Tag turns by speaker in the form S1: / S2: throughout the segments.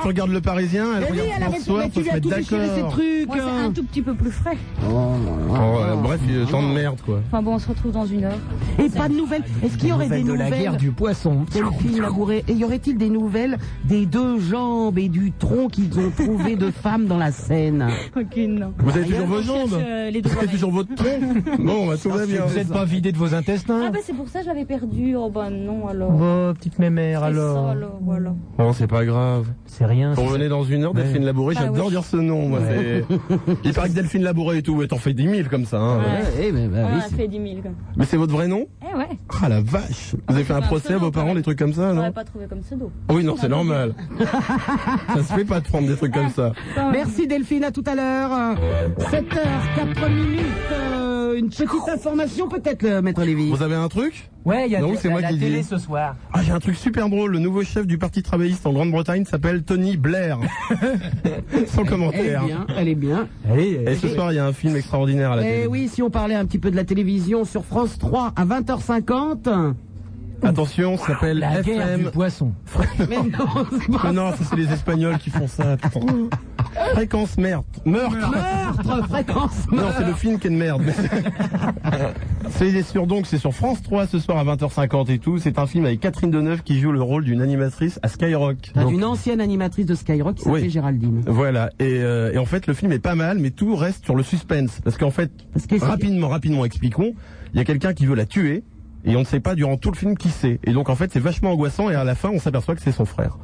S1: Tu regardes le Parisien, elle
S2: Mais Eh oui,
S1: regarde
S2: elle avait
S1: François,
S2: mais
S1: faut
S2: tu
S1: se
S2: lui as
S1: mettre
S2: tout déchiré ses
S1: d'accord.
S2: trucs.
S3: Moi, c'est
S2: hein.
S3: un tout petit peu plus frais.
S1: Oh, euh, bref, il y a tant de merde quoi.
S3: Enfin bon, on se retrouve dans une heure.
S2: Et pas de nouvelles. Est-ce qu'il y aurait des
S4: de la
S2: nouvelles
S4: guerre du poisson.
S2: Delphine Labouret, et y aurait-il des nouvelles des deux jambes et du tronc qu'ils ont trouvé de femmes dans la Seine
S3: Aucune, non.
S1: Vous avez toujours vos
S3: On cherche,
S1: jambes
S3: euh, les deux
S1: Vous avez
S3: oreilles.
S1: toujours votre tronc Bon, bah, tout va bien.
S4: Vous n'êtes pas vidé de vos
S3: Ah
S4: intestins
S3: bah c'est pour ça que je l'avais perdu. Oh bah non alors.
S4: Oh, petite mémère,
S3: C'est ça,
S4: alors.
S3: alors, voilà.
S1: Bon, c'est pas grave.
S4: C'est rien.
S1: Vous revenez dans une heure,
S4: Ouais.
S1: Delphine Labouré,
S3: Ah,
S1: j'adore
S3: ouais.
S1: dire ce nom. Moi, c'est- Il paraît que Delphine Labouré et tout, ouais, t'en fais 10 000 comme ça. hein.
S3: Ouais.
S2: Euh,
S4: Eh ben,
S2: Ah,
S4: bah,
S3: on
S4: oui,
S3: a fait 10 000 quand même.
S1: Mais c'est votre vrai nom
S3: Eh ouais,
S1: Ah la vache Vous avez fait un
S3: bah,
S1: procès à
S3: absolument,
S1: vos parents,
S3: pareil.
S1: des trucs comme ça,
S3: on
S1: non
S3: l'aurait pas trouvé comme pseudo.
S1: Ah Oui, non, c'est normal. ça se fait pas de prendre des trucs comme ça.
S2: Merci Delphine, à tout à l'heure. 7 h 4 minutes. euh, une petite information peut-être, euh, Maître Lévy.
S1: Vous avez un truc
S4: Ouais, il y a
S1: Non,
S4: de-
S1: c'est
S4: la-
S1: moi
S4: la
S1: qui le
S4: télé
S1: dis.
S4: ce soir.
S1: Ah, j'ai un truc super drôle. Le nouveau chef du Parti travailliste en Grande-Bretagne s'appelle Tony Blair. Sans
S2: Elle est
S1: commentaire.
S2: Eh bien, elle est bien.
S1: Et ce soir, il y a un film extraordinaire à la
S2: Eh
S1: télé.
S2: oui, si on parlait un petit peu de la télévision sur France 3 à 20h50.
S1: Attention, ça s'appelle
S4: La guerre du
S1: FM.
S4: poisson.
S2: Mais non, c'est pas
S1: Mais non, ça, c'est les Espagnols qui font ça. putain. Fréquence merde. Meurtre.
S2: meurtre, fréquence.
S1: Non, c'est le film qui est de merde. c'est sur donc, c'est sur France 3 ce soir à 20h50 et tout. C'est un film avec Catherine Deneuve qui joue le rôle d'une animatrice à Skyrock.
S2: Ah,
S1: Donc,
S2: D'une ancienne animatrice de Skyrock qui s'appelait
S1: Oui.
S2: Géraldine.
S1: Voilà, et, euh, et en fait le film est pas mal, mais tout reste sur le suspense. Parce qu'en fait,
S2: Parce que c'est-
S1: rapidement, rapidement expliquons, il y a quelqu'un qui veut la tuer, et on ne sait pas durant tout le film qui c'est. Et donc en fait c'est vachement angoissant, et à la fin on s'aperçoit que c'est son frère.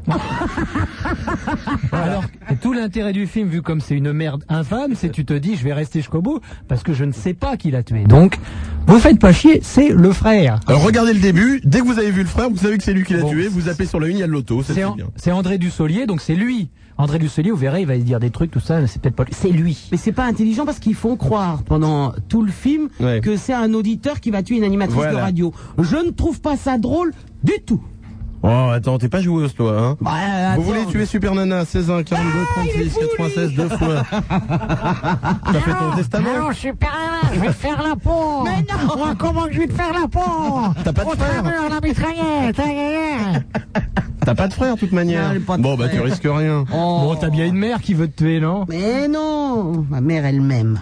S4: Alors, tout l'intérêt du film, vu comme c'est une merde infâme, c'est tu te dis, je vais rester jusqu'au bout, parce que je ne sais pas qui l'a tué. Donc, vous faites pas chier, c'est le frère.
S1: Alors regardez le début, dès que vous avez vu le frère, vous savez que c'est lui qui l'a
S4: Bon.
S1: tué, vous zappez sur la une, il y a le loto, c'est
S4: C'est
S1: très
S4: An-
S1: bien.
S4: c'est André Dussolier, donc c'est lui. André Dussolier, vous verrez, il va se dire des trucs, tout ça, mais c'est peut-être pas lui. C'est lui.
S2: Mais c'est pas intelligent parce qu'ils font croire pendant tout le film
S1: Ouais.
S2: que c'est un auditeur qui va tuer une animatrice de
S1: Voilà.
S2: radio. Je ne trouve pas ça drôle du tout.
S1: Oh attends, t'es pas joueuse toi, hein
S2: Bah,
S1: Vous
S2: attends. Ah,
S1: voulez tuer Super Nana, 16 1 42 36 96 deux fois. T'as fait ton testament
S5: super, je vais te faire la peau. Mais non, comment que je vais te faire la peau
S1: T'as pas de
S5: Au
S1: frère
S5: travers, la mitraillette. hein, aïe, aïe, aïe.
S1: T'as pas de frère de toute manière
S2: Non, j'ai pas de
S1: Bon bah tu
S2: frère.
S1: risques rien.
S2: Oh.
S4: Bon, t'as bien une mère qui veut te tuer, non
S2: Mais non, ma mère elle-même.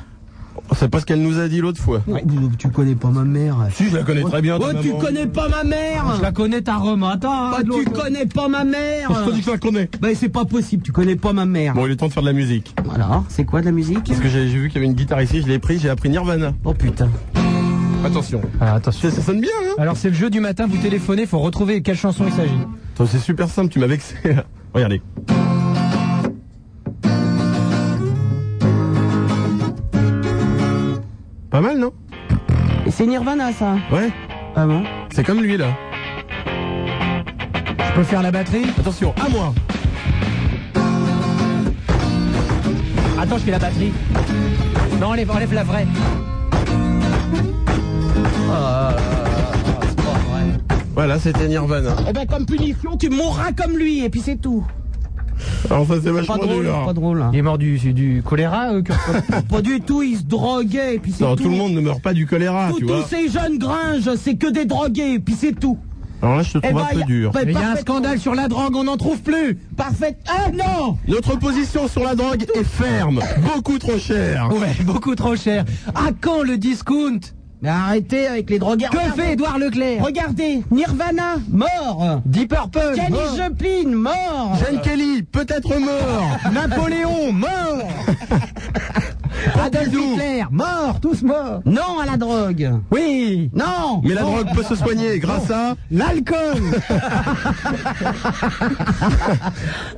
S1: Oh, C'est pas ce qu'elle nous a dit l'autre fois.
S2: Oh, Tu connais pas ma mère.
S1: Si, je la connais très bien.
S2: Oh, tu connais pas ma mère.
S4: Je la connais ta hein, Romata.
S2: Oh, tu connais pas ma mère.
S1: que je la connais.
S2: Bah c'est pas possible, tu connais pas ma mère.
S1: Bon, il est temps de faire de la musique.
S2: Alors, c'est quoi de la musique
S1: Parce que j'ai j'ai vu qu'il y avait une guitare ici, je l'ai prise, j'ai appris Nirvana.
S2: Oh putain.
S1: Attention.
S4: Alors, attention.
S1: Ça, ça sonne bien, hein
S4: Alors, c'est le jeu du matin, vous téléphonez, faut retrouver quelle chanson il s'agit.
S1: Attends, C'est super simple, tu m'as vexé. Regardez. Pas mal, non
S2: Et C'est Nirvana ça
S1: Ouais.
S2: Ah bon
S1: C'est comme lui, là.
S4: Je peux faire la batterie
S1: Attention, à moi
S4: Attends, je fais la batterie. Non, enlève, enlève la vraie.
S1: Voilà, c'était Nirvana.
S2: Eh ben comme punition, tu mourras comme lui et puis c'est tout.
S1: Alors ça, c'est vachement
S2: Pas drôle,
S1: dur.
S2: pas drôle.
S4: Il est mort du, du choléra, euh, Kurt Cobain
S2: Pas du tout, ils se droguaient et puis c'est
S1: Non,
S2: tout.
S1: tout le monde ne meurt pas du choléra,
S2: Tous-
S1: tu
S2: tous
S1: vois.
S2: ces jeunes gringes, c'est que des drogués et puis c'est tout.
S1: Alors là, je te trouve un
S2: ben,
S1: peu
S2: y a-
S1: dur.
S2: ben,
S4: Mais il y a un
S2: parfait-
S4: scandale sur la drogue, on n'en trouve plus.
S2: Parfait. Ah non
S1: Notre position sur la drogue est ferme, beaucoup trop chère.
S2: Oh.
S4: Ouais, beaucoup trop cher. À quand le discount
S2: Mais arrêtez avec les drogués.
S4: Que
S2: Regardez-
S4: fait Édouard Leclerc
S2: Regardez, Nirvana, mort.
S4: Deep Purple
S2: Janis
S4: mort.
S2: Joplin, mort.
S1: John Kelly, peut-être mort.
S4: Napoléon mort Adolf
S1: Pompidou.
S4: Hitler mort Tous morts
S2: Non à la drogue.
S4: Oui
S2: Non.
S1: Mais la drogue peut se
S2: Oh.
S1: soigner grâce à.
S4: L'alcool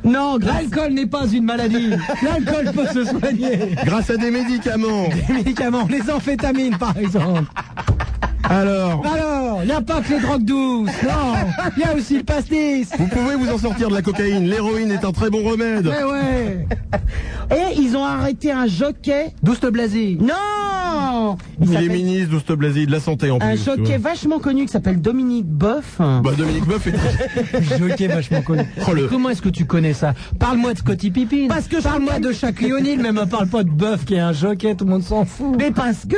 S4: Non, l'alcool n'est pas une maladie L'alcool peut se soigner
S1: Grâce à des médicaments.
S4: Les médicaments, les amphétamines par exemple
S1: Alors,
S4: Alors, il n'y a pas que les drogues douces, non Il y a aussi le pastis
S1: vous pouvez vous en sortir de la cocaïne. L'héroïne est un très bon remède.
S4: Mais Eh ouais
S2: Et ils ont arrêté un jockey.
S4: Douce de Blasi
S2: Non.
S1: Il est
S2: s'appelle-
S1: ministre d'Ouste Blasi, de la santé en plus.
S2: Un
S1: tu vois.
S2: jockey vachement connu qui s'appelle Dominique Boeuf.
S1: Bah, Dominique Boeuf est.
S4: Jockey vachement connu
S1: Oh, le-
S4: Comment est-ce que tu connais ça Parle-moi de Scotty Pippin
S2: Parce que je-
S4: Parle-moi de Shaquille O'Neal, mais me parle pas de bœuf qui est un jockey, tout le monde s'en fout
S2: Mais parce que.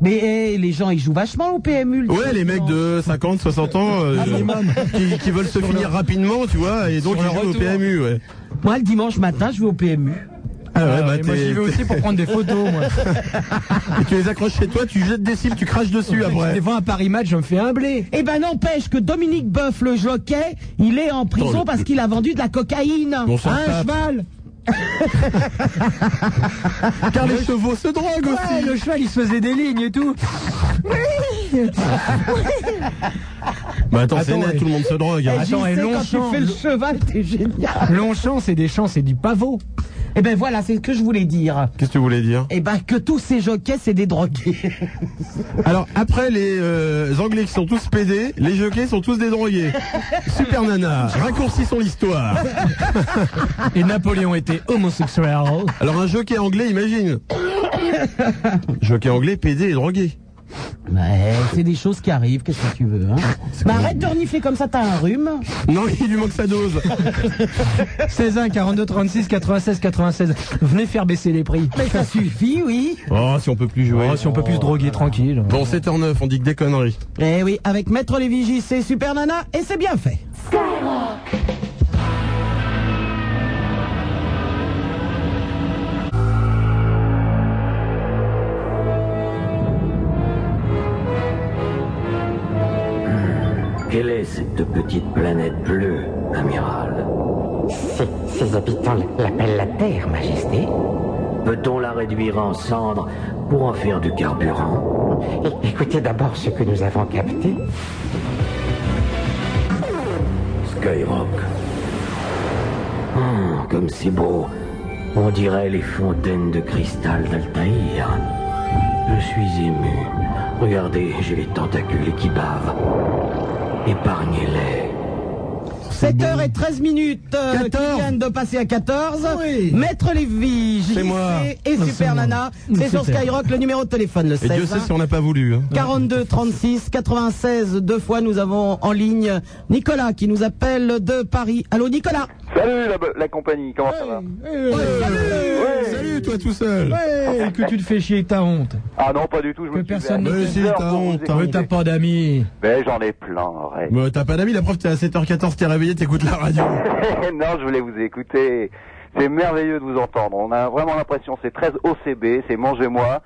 S2: Mais eh, les gens, ils jouent vachement au PMU. le
S1: Ouais, les mecs de 50,
S4: Ah,
S1: 60 ans euh, qui, qui veulent se finir rapidement, tu vois, et donc
S4: Sur
S1: ils
S4: le
S1: jouent au
S4: retour.
S1: PMU. Ouais.
S2: Moi, le dimanche matin, je vais au PMU.
S1: Ah ouais, bah,
S4: Et Euh, moi,
S1: t'es-
S4: j'y vais aussi pour prendre des photos, moi.
S1: tu les accroches chez toi, tu jettes des cibles, tu craches dessus après.
S4: Des fois, un Paris Match, je me fais un blé.
S2: Eh ben n'empêche que Dominique Boeuf, le jockey, il est en prison
S1: le-
S2: parce qu'il a vendu de la cocaïne.
S1: Bon, ça
S2: Hein,
S1: tape.
S2: cheval
S1: Car les chevaux se droguent
S4: Ouais, le cheval, il se faisait des lignes et tout.
S1: Bah attends, c'est
S4: Attends,
S1: net,
S4: ouais.
S1: tout le monde se drogue. hein.
S4: Eh, Attends,
S2: J'y
S4: et
S2: sais, quand
S4: Longchamp,
S2: tu fais le
S4: le-
S2: cheval, t'es génial.
S4: Longchamp, c'est des champs, c'est du pavot.
S2: Eh ben voilà, c'est ce que je voulais dire.
S1: Qu'est-ce que tu voulais dire
S2: Eh ben que tous ces jockeys, c'est des drogués.
S1: Alors après les euh, Anglais qui sont tous pédés, les jockeys sont tous des drogués. Super nana, raccourcissons l'histoire.
S4: Et Napoléon était homosexuel.
S1: Alors un jockey anglais, imagine. jockey anglais, pédé et drogué.
S2: Ouais, c'est des choses qui arrivent, qu'est-ce que tu veux, hein Bah arrête de renifler comme ça, t'as un rhume.
S1: Non, il lui manque sa dose.
S4: 16 1 42 36 96 96. Venez faire baisser les prix.
S2: Mais ça suffit, oui.
S1: Oh, si on peut plus jouer.
S4: Oh, si on peut plus se droguer tranquille.
S1: Bon, 7h09, on dit que des conneries.
S2: Eh oui, avec Maître Lévy JC, Super Nana, et c'est bien fait.
S6: Quelle est cette petite planète bleue, amiral
S7: Ses, ses habitants l'appellent la Terre, Majesté.
S6: Peut-on la réduire en cendres pour en faire du carburant
S7: É- Écoutez d'abord ce que nous avons capté.
S6: Skyrock. Hum, comme c'est beau. On dirait les fontaines de cristal d'Altaïr. Je suis ému. Regardez, j'ai les tentacules qui bavent. Épargnez-les.
S2: 7h13 minutes, euh,
S1: 14.
S2: qui viennent de passer à 14.
S4: Oui.
S2: Maître Lévy, JC
S1: C'est moi.
S2: et
S4: Non, c'est
S2: Super
S4: moi.
S2: Nana. C'est sur
S4: Super.
S2: Skyrock le numéro de téléphone, le
S1: Et
S2: 16.
S1: Dieu sait si on n'a pas voulu. hein.
S2: 42 36 96 deux fois nous avons en ligne Nicolas qui nous appelle de Paris. Allô Nicolas.
S8: Salut la, la compagnie, comment ça va
S1: Salut, toi tout seul.
S4: Ouais, que tu te fais chier, t'as honte.
S8: Ah non, pas du tout, je me suis
S4: personne
S8: fait à
S1: ne- Mais si,
S8: 10 heures
S1: t'as
S8: pour vous
S1: honte, hein. t'as
S8: écouter.
S4: T'as pas d'amis.
S8: Mais j'en ai plein, arrête.
S1: Bon, t'as pas d'amis, la preuve, t'es à 7h14, t'es réveillé, t'écoutes la radio.
S8: non, je voulais vous écouter. C'est merveilleux de vous entendre. On a vraiment l'impression, c'est 13 OCB, c'est mangez-moi.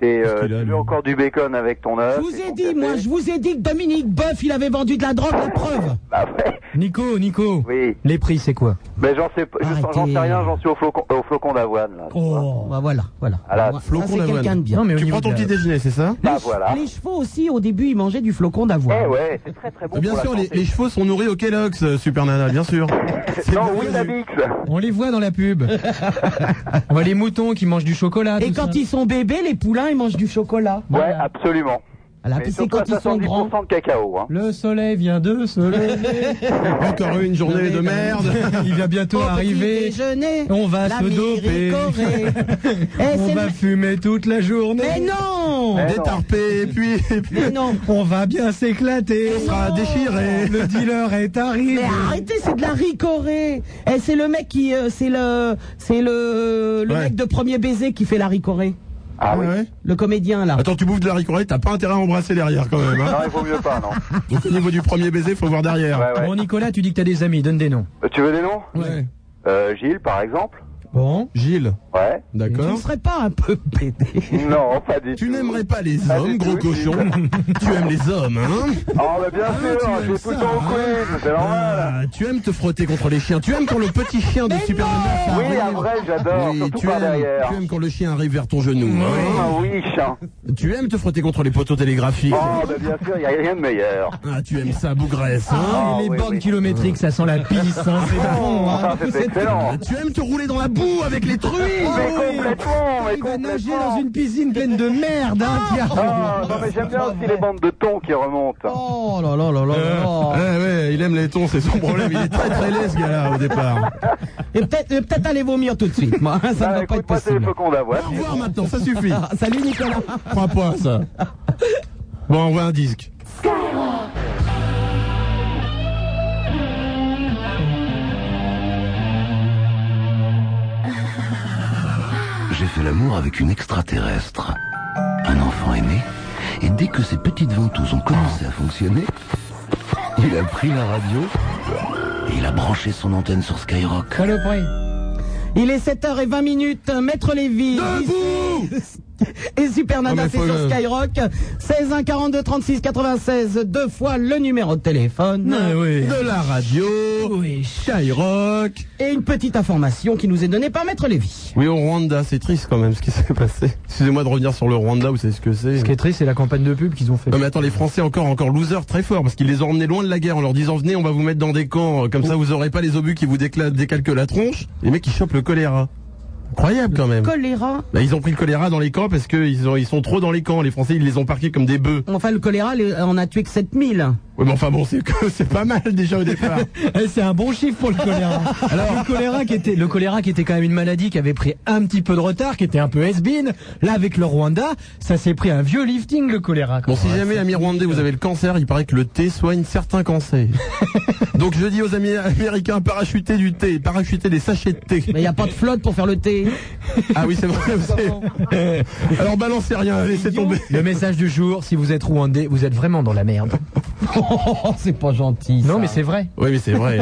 S8: C'est
S1: Qu'est-ce
S8: euh,
S1: qu'il a,
S8: tu
S1: lui
S8: veux encore du bacon avec ton œuf.
S2: Je vous
S8: et
S2: ai
S8: ton
S2: dit,
S8: café
S2: moi, je vous ai dit que Dominique Boeuf, il avait vendu de la drogue, la preuve.
S8: Bah ouais,
S4: Nico, Nico.
S8: oui.
S4: Les prix, c'est quoi
S8: Mais j'en sais, pas- je- j'en
S2: Arrêtez.
S8: sais rien, j'en suis au flocon, au flocon d'avoine là. tu vois.
S2: Bah voilà, voilà.
S8: Voilà,
S2: Moi, ça,
S1: flocon
S2: c'est
S1: d'avoine.
S2: quelqu'un de bien.
S4: Non, mais au
S1: tu
S4: niveau
S1: prends ton
S4: de la-
S1: petit déjeuner, c'est ça
S8: Bah voilà.
S2: Les chevaux aussi, au début, ils mangeaient du flocon
S8: Eh
S2: d'avoine.
S8: ouais, c'est très très bon.
S1: Bien
S8: pour la
S1: sûr, les,
S8: santé.
S1: les chevaux sont nourris au Kellogg's, euh, Super Nana, bien sûr. C'est
S8: Non,
S1: merveilleux.
S8: Weetabix.
S4: On les voit dans la pub. On voit les moutons qui mangent du chocolat.
S2: Et
S4: tout
S2: quand
S4: ça.
S2: ils sont bébés, les poulains, ils mangent du chocolat.
S8: Ouais, absolument.
S2: Voilà, Ah,
S8: Mais
S2: puis c'est
S8: surtout à
S2: quand ils sont
S8: 70%
S2: grands.
S8: de cacao. Hein.
S4: Le soleil vient de se lever.
S1: Encore une journée de merde.
S4: Il va bientôt
S2: Au petit
S4: arriver.
S2: déjeuner,
S4: On va
S2: la
S4: se doper.
S2: miricorée. Eh,
S4: On
S2: c'est
S4: va
S2: ma-
S4: fumer toute la journée.
S2: Mais non
S8: Eh non.
S1: Détarpé, et puis, et puis
S2: Mais non
S4: On va bien s'éclater.
S1: on sera déchiré.
S4: Le dealer est
S2: Mais
S4: arrivé.
S2: arrêtez, c'est de la ricorée. Eh, c'est le mec qui, euh, c'est le, c'est le, le
S1: Ouais.
S2: mec de premier baiser qui fait la ricorée.
S8: Ah oui.
S1: Ouais.
S2: Le comédien là.
S1: Attends, tu bouffes de la ricorée, t'as pas intérêt à embrasser derrière quand même.
S8: Non,
S1: Hein
S8: il vaut mieux pas, non.
S1: Donc au niveau du premier baiser, faut voir derrière.
S8: Ouais, ouais.
S4: Bon, Nicolas, tu dis que t'as des amis. Donne des noms.
S8: Euh, Tu veux des noms
S1: Ouais.
S8: euh, Gilles, par exemple
S4: Bon.
S1: Gilles,
S8: Ouais.
S2: Tu ne
S1: d'accord.
S2: serais pas un peu pédé
S8: Non, pas du tout.
S1: Tu n'aimerais pas les
S8: Ah,
S1: hommes,
S8: du
S1: gros
S8: tout,
S1: cochon. tu aimes les hommes, hein
S8: Oh, bah bien sûr, je vais tout le temps au quiz, c'est normal.
S1: Ah, Tu aimes te frotter contre les chiens. Tu aimes quand le petit chien de Super Nana
S8: Oui,
S1: s'arrive.
S8: un vrai, j'adore,
S1: Ah, Oui,
S8: surtout
S1: tu
S8: par
S1: aimes,
S8: derrière.
S1: tu aimes quand le chien arrive vers ton genou. hein.
S8: Ah oui, chien.
S1: Tu aimes te frotter contre les poteaux télégraphiques.
S8: Oh, bah bien sûr, il n'y a rien de meilleur.
S1: Ah, tu aimes ça, bougresse. Hein
S4: Ah,
S8: Ah,
S4: et les
S8: oui,
S4: bornes
S8: oui.
S4: kilométriques, ça sent la pisse. hein, c'est bon. hein.
S8: Ah, c'est excellent.
S1: tu aimes te rouler dans la boue avec les truies.
S8: Mais complètement, mais
S4: Il va nager
S8: complètement.
S4: dans une piscine pleine de merde. Hein, tiens.
S8: Ah, non, mais j'aime bien aussi les bandes de thon qui remontent.
S2: Oh là là là là là.
S4: Euh.
S1: Ouais, Oh. Eh, ouais, il aime les tons, c'est son problème. Il est très très laid ce gars-là au départ.
S2: Et peut-être peut aller vomir tout de suite, moi. hein,
S4: Bah,
S2: Ça ne doit
S8: Ah,
S2: pas être
S8: écoute, moi, c'est les
S2: possible.
S8: flocons d'avoine.
S1: Au revoir maintenant, ça suffit.
S2: Ah, salut Nicolas.
S1: Crois pas à ça. Bon, on voit un disque.
S9: J'ai fait l'amour avec une extraterrestre. Un enfant est né, et dès que ses petites ventouses ont commencé à fonctionner, il a pris la radio Il a branché son antenne sur Skyrock.
S4: Saloperie.
S2: Il est 7h20 minutes, Maître Lévy. Et Super Nana, c'est sur Skyrock. 16 1 42 36 96, deux fois le numéro de téléphone.
S1: De la radio, Skyrock.
S2: Et une petite information qui nous est donnée par Maître Lévy.
S1: Oui, au Rwanda, c'est triste quand même ce qui s'est passé. Excusez-moi de revenir sur le Rwanda, vous savez ce que c'est.
S4: Ce qui est triste, c'est la campagne de pub qu'ils ont fait.
S1: Non mais attends, les Français encore, encore losers très fort, parce qu'ils les ont emmenés loin de la guerre en leur disant venez, on va vous mettre dans des camps, euh, comme ça vous aurez pas les obus qui vous décla- décalquent la tronche. Les mecs ils chopent le choléra. Incroyable quand même.
S2: Choléra.
S1: Bah, ils ont pris le choléra dans les camps parce que ils, ont- ils sont trop dans les camps. Les Français ils les ont parqués comme des bœufs.
S2: Enfin, le choléra, les- on a tué que 7000.
S1: Ouais mais enfin bon c'est que- c'est pas mal déjà au départ.
S4: Eh, c'est un bon chiffre pour le choléra. Alors, le choléra qui était, le choléra qui était quand même une maladie qui avait pris un petit peu de retard, qui était un peu has Là, avec le Rwanda, ça s'est pris un vieux lifting, le choléra.
S1: Bon, si jamais, amis rwandais, vous avez le cancer, il paraît que le thé soigne certains cancers. Donc, je dis aux amis américains, parachutez du thé, parachutez des sachets de thé.
S2: Mais il n'y a pas de flotte pour faire le thé.
S1: Ah oui, c'est vrai. vous savez. Alors, balancez rien, laissez tomber.
S4: Le message du jour, si vous êtes rwandais, vous êtes vraiment dans la merde.
S2: Oh, c'est pas gentil.
S4: Non,
S2: ça.
S4: mais c'est vrai.
S1: Oui, mais c'est vrai.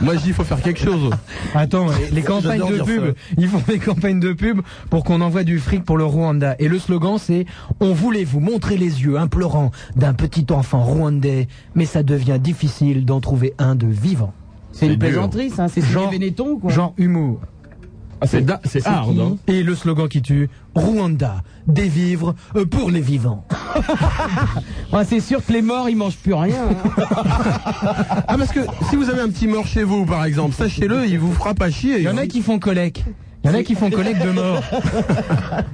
S1: Moi, je dis, il faut faire quelque chose.
S4: Attends, les- les campagnes
S1: J'adore
S4: de
S1: dire
S4: pub,
S1: ça.
S4: ils font des campagnes de pub pour qu'on envoie du fric pour le Rwanda. Et le slogan, c'est On voulait vous montrer les yeux implorants d'un petit enfant rwandais, mais ça devient difficile d'en trouver un de vivant.
S2: C'est
S1: C'est
S2: une
S1: dur.
S2: plaisanterie, ça. C'est
S4: Genre-
S2: Genre... Benetton, ou quoi.
S4: Genre humour.
S1: c'est da- c'est hard, hein.
S4: Et le slogan qui tue Rwanda, des vivres euh, pour les vivants.
S2: Ouais, Bah, c'est sûr que les morts, ils mangent plus rien. hein.
S1: Ah, parce que si vous avez un petit mort chez vous, par exemple, sachez-le, il vous fera pas chier.
S4: Il y en a qui font collecte. Il y en a qui font collecte de morts.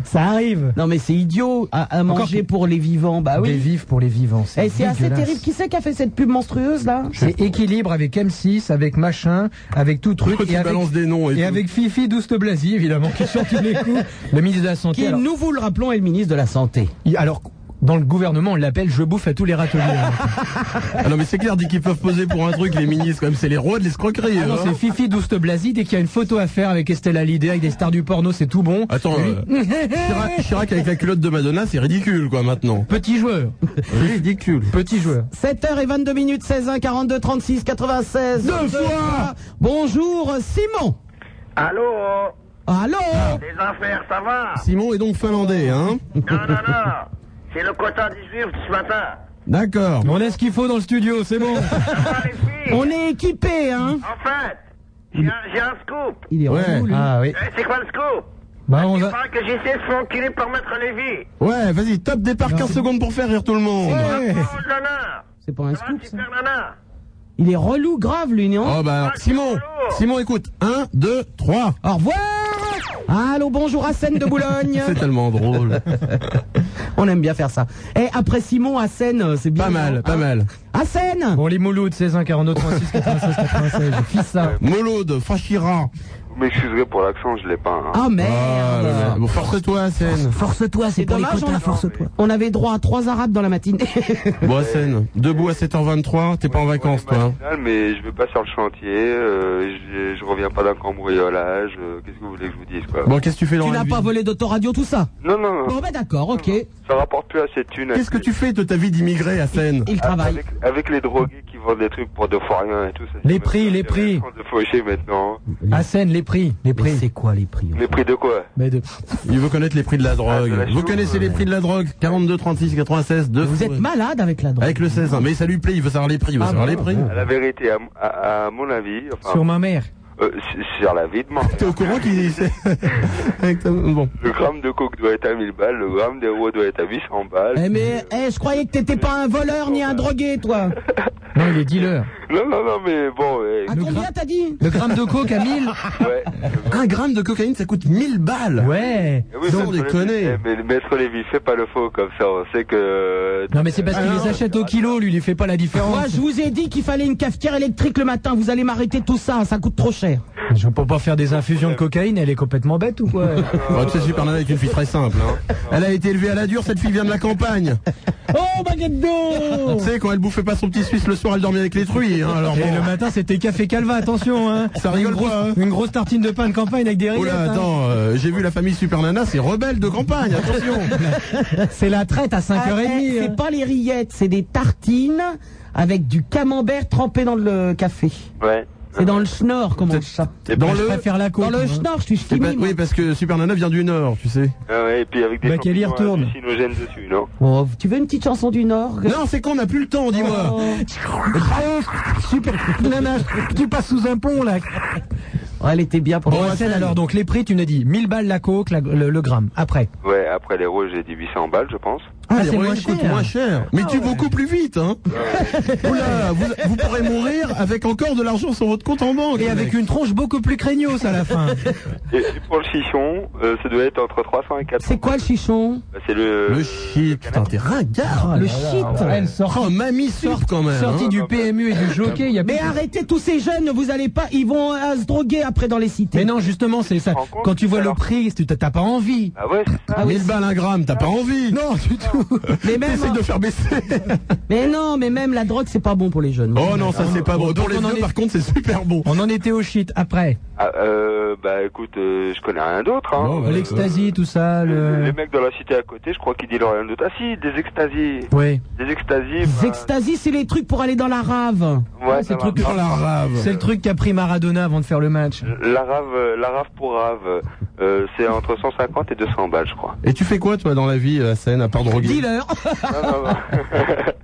S4: Ça arrive.
S2: non, mais c'est idiot à, à manger pour les vivants. Bah
S4: Des
S2: oui.
S4: vivres pour les vivants.
S2: Et Eh, c'est assez
S4: dégueulasse.
S2: terrible. Qui c'est qui a fait cette pub monstrueuse, là
S4: C'est équilibre avec M6, avec machin, avec tout truc.
S1: Qui
S4: Et avec,
S1: balance des noms et,
S4: et
S1: tout.
S4: avec Fifi douste Blasi, évidemment, qui sort tous les coups. Le ministre de la Santé.
S2: Qui,
S4: alors,
S2: nous vous le rappelons, est le ministre de la Santé.
S4: il- alors, dans le gouvernement, on l'appelle Je bouffe à tous les râteliers.
S1: Ah non, mais c'est clair, dit qu'ils peuvent poser pour un truc, les ministres, quand même, c'est les rois de l'escroquerie.
S4: Ah non,
S1: hein.
S4: c'est Fifi douste Blasi. Dès qu'il y a une photo à faire avec Estelle Hallyday, avec des stars du porno, c'est tout bon.
S1: Attends, euh, Chirac, Chirac avec la culotte de Madonna, c'est ridicule, quoi, maintenant.
S4: Petit joueur.
S1: Ridicule.
S4: Petit joueur.
S2: 7h22 minutes, 16 1 42 36 96. Deux, fois. Bonjour Simon.
S8: Allô
S2: Allô
S8: Les affaires, ça va
S1: Simon est donc finlandais, hein
S8: Non, non, non C'est le quota du juif de ce matin
S1: D'accord.
S4: On a ce qu'il faut dans le studio, c'est bon.
S8: Ah, les filles
S2: On est équipé hein.
S8: En fait, j'ai un, j'ai un scoop
S2: Il est
S1: Ouais,
S2: relou, lui.
S4: Ah oui.
S8: Eh, C'est quoi le scoop
S4: Bah on
S8: Je
S4: a...
S8: parle que j'essaie de se faire enculer par Maître Lévy
S1: ouais, vas-y, top départ 15 secondes pour faire rire tout le monde.
S8: Oh, nana
S2: C'est pas un
S8: Ça va,
S2: scoop ça.
S8: super nana
S2: Il est relou grave lui non
S1: Oh bah,
S8: Ah,
S1: Simon,
S8: c'est relou.
S1: Simon, écoute, 1, 2, 3.
S2: Au revoir. Allô bonjour Hassen de Boulogne.
S1: C'est tellement drôle.
S2: On aime bien faire ça. Et après Simon Hassen euh, c'est bien.
S1: pas mal, pas mal. Oh.
S2: Hassen.
S4: Bon les moulots de 16 1 42 36 96 96. Fils ça.
S1: Molode, Fachira.
S9: M'excuserai pour l'accent, je l'ai pas.
S2: Ah
S1: Ah,
S2: merde.
S1: là, là. Bon, force-toi, Hassen.
S5: Force-toi,
S2: C'est dommage, on, on avait droit à trois arabes dans la matinée.
S1: Bon, Hassen, debout à 7h23, t'es pas en vacances, toi. hein.
S9: Mais je vais pas sur le chantier, euh, je, reviens pas d'un cambriolage, euh, qu'est-ce que vous voulez que je vous dise quoi
S1: Bon, qu'est-ce que tu fais dans
S2: tu
S1: la
S2: n'as
S1: vie
S2: pas volé d'autoradio tout ça
S9: Non, non,
S4: Ah,
S2: Bon bah d'accord, OK.
S9: ça rapporte plus assez de thunes.
S1: Qu'est-ce que tu fais de ta vie d'immigré, Hassen
S2: Il travaille.
S9: Avec, avec les drogués qui vendent des trucs pour de fois rien et tout ça.
S4: Les prix, les prix.
S9: De faucher maintenant.
S4: Hassen, les prix, les prix.
S2: c'est quoi les prix
S9: Les prix de quoi
S4: Mais de-
S1: Il veut connaître les prix de la drogue.
S9: de la
S1: Vous
S9: chou-
S1: connaissez les prix de la drogue 42, 36, 96, 2
S2: Vous
S4: euh,
S2: êtes malade avec la drogue.
S1: Avec le 16, hein. mais ça lui plaît, il veut savoir les prix, il
S4: Ah,
S1: veut savoir les prix.
S9: À la vérité, à, à- à mon avis, enfin,
S4: Sur ma mère.
S9: euh, sur... sur la vie de moi.
S1: T'es au courant qu'il Avec ta- Bon.
S9: Le gramme de coke doit être à 1000 balles, le gramme d'héros doit être à 800 balles.
S2: Eh mais eh, je croyais que t'étais pas un voleur ni un drogué, toi.
S4: Non, il est dealer.
S9: Non, non, non, mais bon, eh,
S2: À combien t'as dit
S4: Le gramme de coke à 1000
S9: ouais.
S1: Un gramme de cocaïne, ça coûte 1000 balles.
S4: Ouais.
S9: Eh oui,
S1: Sans
S9: maître Lévy,
S1: déconner.
S9: eh, Mais maître Lévy, fais pas le faux comme ça, on sait que...
S4: Non mais c'est parce qu'il les achète au kilo, lui, il fait pas la
S2: Moi,
S4: différence.
S2: je vous ai dit qu'il fallait une cafetière électrique le matin. Vous allez m'arrêter tout ça, ça coûte trop cher.
S4: Je peux pas faire des infusions de cocaïne, elle est complètement bête ou quoi
S1: Ouais, tu sais, Super Nana est une fille très simple. hein. Elle a été élevée à la dure, cette fille vient de la campagne.
S2: Oh, baguette d'eau
S1: Tu sais, quand elle bouffait pas son petit Suisse le soir, elle dormait avec les truies. hein, alors
S4: Et
S1: bon.
S4: le matin, c'était café calva, attention, hein.
S1: Ça rigole
S4: une grosse,
S1: pas, hein.
S4: Une grosse tartine de pain de campagne avec des
S1: Oh
S4: rillettes.
S1: là,
S4: hein.
S1: attends, euh, j'ai vu la famille Super Nana, c'est rebelle de campagne, attention
S4: hein. C'est la traite à 5h30.
S2: Ah, eh,
S4: hein.
S2: C'est pas les rillettes, c'est des tartines avec du camembert trempé dans le café.
S8: Ouais.
S2: C'est dans le schnorr, comme on dit ça.
S1: Dans
S4: Je
S1: le...
S4: préfère la côte.
S2: Dans le
S4: moi.
S2: schnorr, je suis
S1: C'est pas-
S2: chimie. moi.
S1: Oui, parce que Super Nana vient du Nord, tu sais.
S8: Ah ouais, et puis avec des
S4: Bah, qu'elle y
S8: champignons
S4: retourne.
S8: hallucinogènes dessus, non
S2: Oh, tu veux une petite chanson du Nord
S1: Non, c'est qu'on n'a plus le temps, dis-moi
S4: Super. Nana, tu passes sous un pont, là.
S2: Oh, Elle était bien pour
S4: Bon, bah,
S2: moi.
S4: Hassel, alors, donc, les prix, tu nous dis 1000 balles la coke, la- le, le gramme. Après.
S8: Ouais, après les rouges, j'ai dit 800 balles, je pense.
S4: Ah,
S1: les
S4: c'est moins
S1: relais coûtent
S4: cher. Ah
S1: moins cher. Mais tu beaucoup plus vite, hein Oula, vous, vous pourrez mourir avec encore de l'argent sur votre compte en banque
S4: Et avec une tronche beaucoup plus craignos à la fin.
S8: Et et pour le chichon, euh, ça doit être entre 300 et 400.
S2: C'est quoi le chichon
S8: Bah, C'est le...
S1: Le shit
S4: Ah,
S1: Putain, t'es ringard
S4: le shit. Elle sort-
S1: Oh, mamie surf quand même
S4: sortie
S1: hein.
S4: du PMU et du jockey, il y a plus
S2: Mais
S4: de-
S2: arrêtez tous ces jeunes, vous allez pas, ils vont euh, se droguer après dans les cités.
S4: Mais non, justement, c'est ça.
S8: rends compte
S4: Quand tu vois le
S8: Alors-
S4: prix, tu t'as pas envie.
S8: Ah ouais, c'est ça.
S1: 1000 balles un gramme, t'as pas envie
S4: Non, du tout.
S2: mais même, hein.
S1: Essaye de faire baisser
S2: mais non, mais même la drogue c'est pas bon pour les jeunes.
S1: Oh non, ça c'est pas bon. Pour les
S4: on en
S1: vieux,
S4: est-
S1: par contre, c'est super bon
S4: On en était au shit après.
S8: Ah, euh, bah écoute, euh, je connais rien d'autre. Hein.
S1: Non, bah,
S8: Euh,
S4: L'extasie, tout ça.
S8: Les
S4: Le...
S8: mecs de la cité à côté, je crois qu'ils disent rien d'autre. Ah si, des extasies.
S4: Ouais.
S8: Des extasies.
S2: Les
S8: bah,
S2: extasies, c'est les trucs pour aller dans la rave.
S8: ouais,
S4: c'est le
S8: ça
S4: truc
S8: va.
S1: Oh la rave
S4: Ah, bah, C'est le truc qu'a pris Maradona avant de faire le match.
S8: La rave, euh, la rave pour rave, euh, c'est entre 150 et 200 balles, je crois.
S1: Et tu fais quoi, toi, dans la vie, à scène, à part droguer
S2: Dealer.
S4: Ah,
S8: Non, non, non.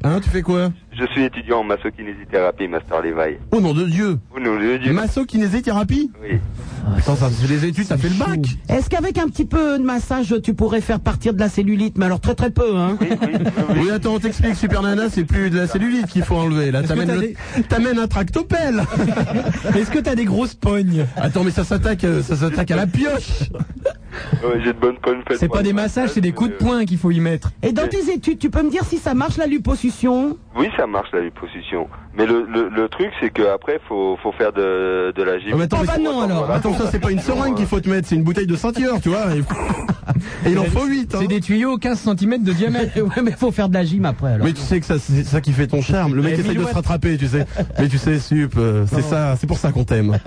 S1: Hein, tu fais quoi
S8: je suis étudiant en masso-kinésithérapie, Master Levi.
S1: Oh nom de Dieu
S8: Vous nous le dites
S1: Masso-kinésithérapie
S8: Oui.
S4: Ah,
S1: Attends, ça, les études, ça fait le bac
S2: Est-ce qu'avec un petit peu de massage, tu pourrais faire partir de la cellulite Mais alors très très peu, hein
S8: Oui, oui, oui, oui.
S1: Oui, attends, on t'explique, Super Nana, c'est plus de la cellulite qu'il faut enlever. Là,
S4: t'as
S1: t'amènes le- t'amènes un tractopelle
S4: Est-ce que t'as des grosses pognes
S1: Attends, mais ça s'attaque euh, ça s'attaque à la pioche
S8: Ouais, j'ai de bonnes pommes faites
S4: C'est
S8: pour
S4: pas des
S8: les
S4: massages, c'est des
S8: mais,
S4: coups de
S8: euh,
S4: poing qu'il faut y mettre.
S2: Et dans tes études, tu peux me dire si ça marche la liposuction
S8: Oui, ça marche la liposuction. Mais le, le, le truc, c'est que après, faut, faut faire de, de la gym.
S4: Oh,
S1: Ah, mais attends,
S2: Ah bah
S1: mais-
S2: non, alors.
S1: Attends, ça, c'est pas une seringue qu'il faut te mettre, c'est une bouteille de ceinture, tu vois. Et, et il en faut 8, hein.
S4: C'est des tuyaux 15 cm de diamètre.
S2: Ouais, mais faut faire de la gym après alors.
S1: Mais tu sais que ça, c'est ça qui fait ton charme. Le mec
S4: Mais
S1: essaye de
S4: mille
S1: se
S4: watts.
S1: rattraper, tu sais. Mais tu sais, Sup, euh, c'est ça, c'est pour ça qu'on t'aime.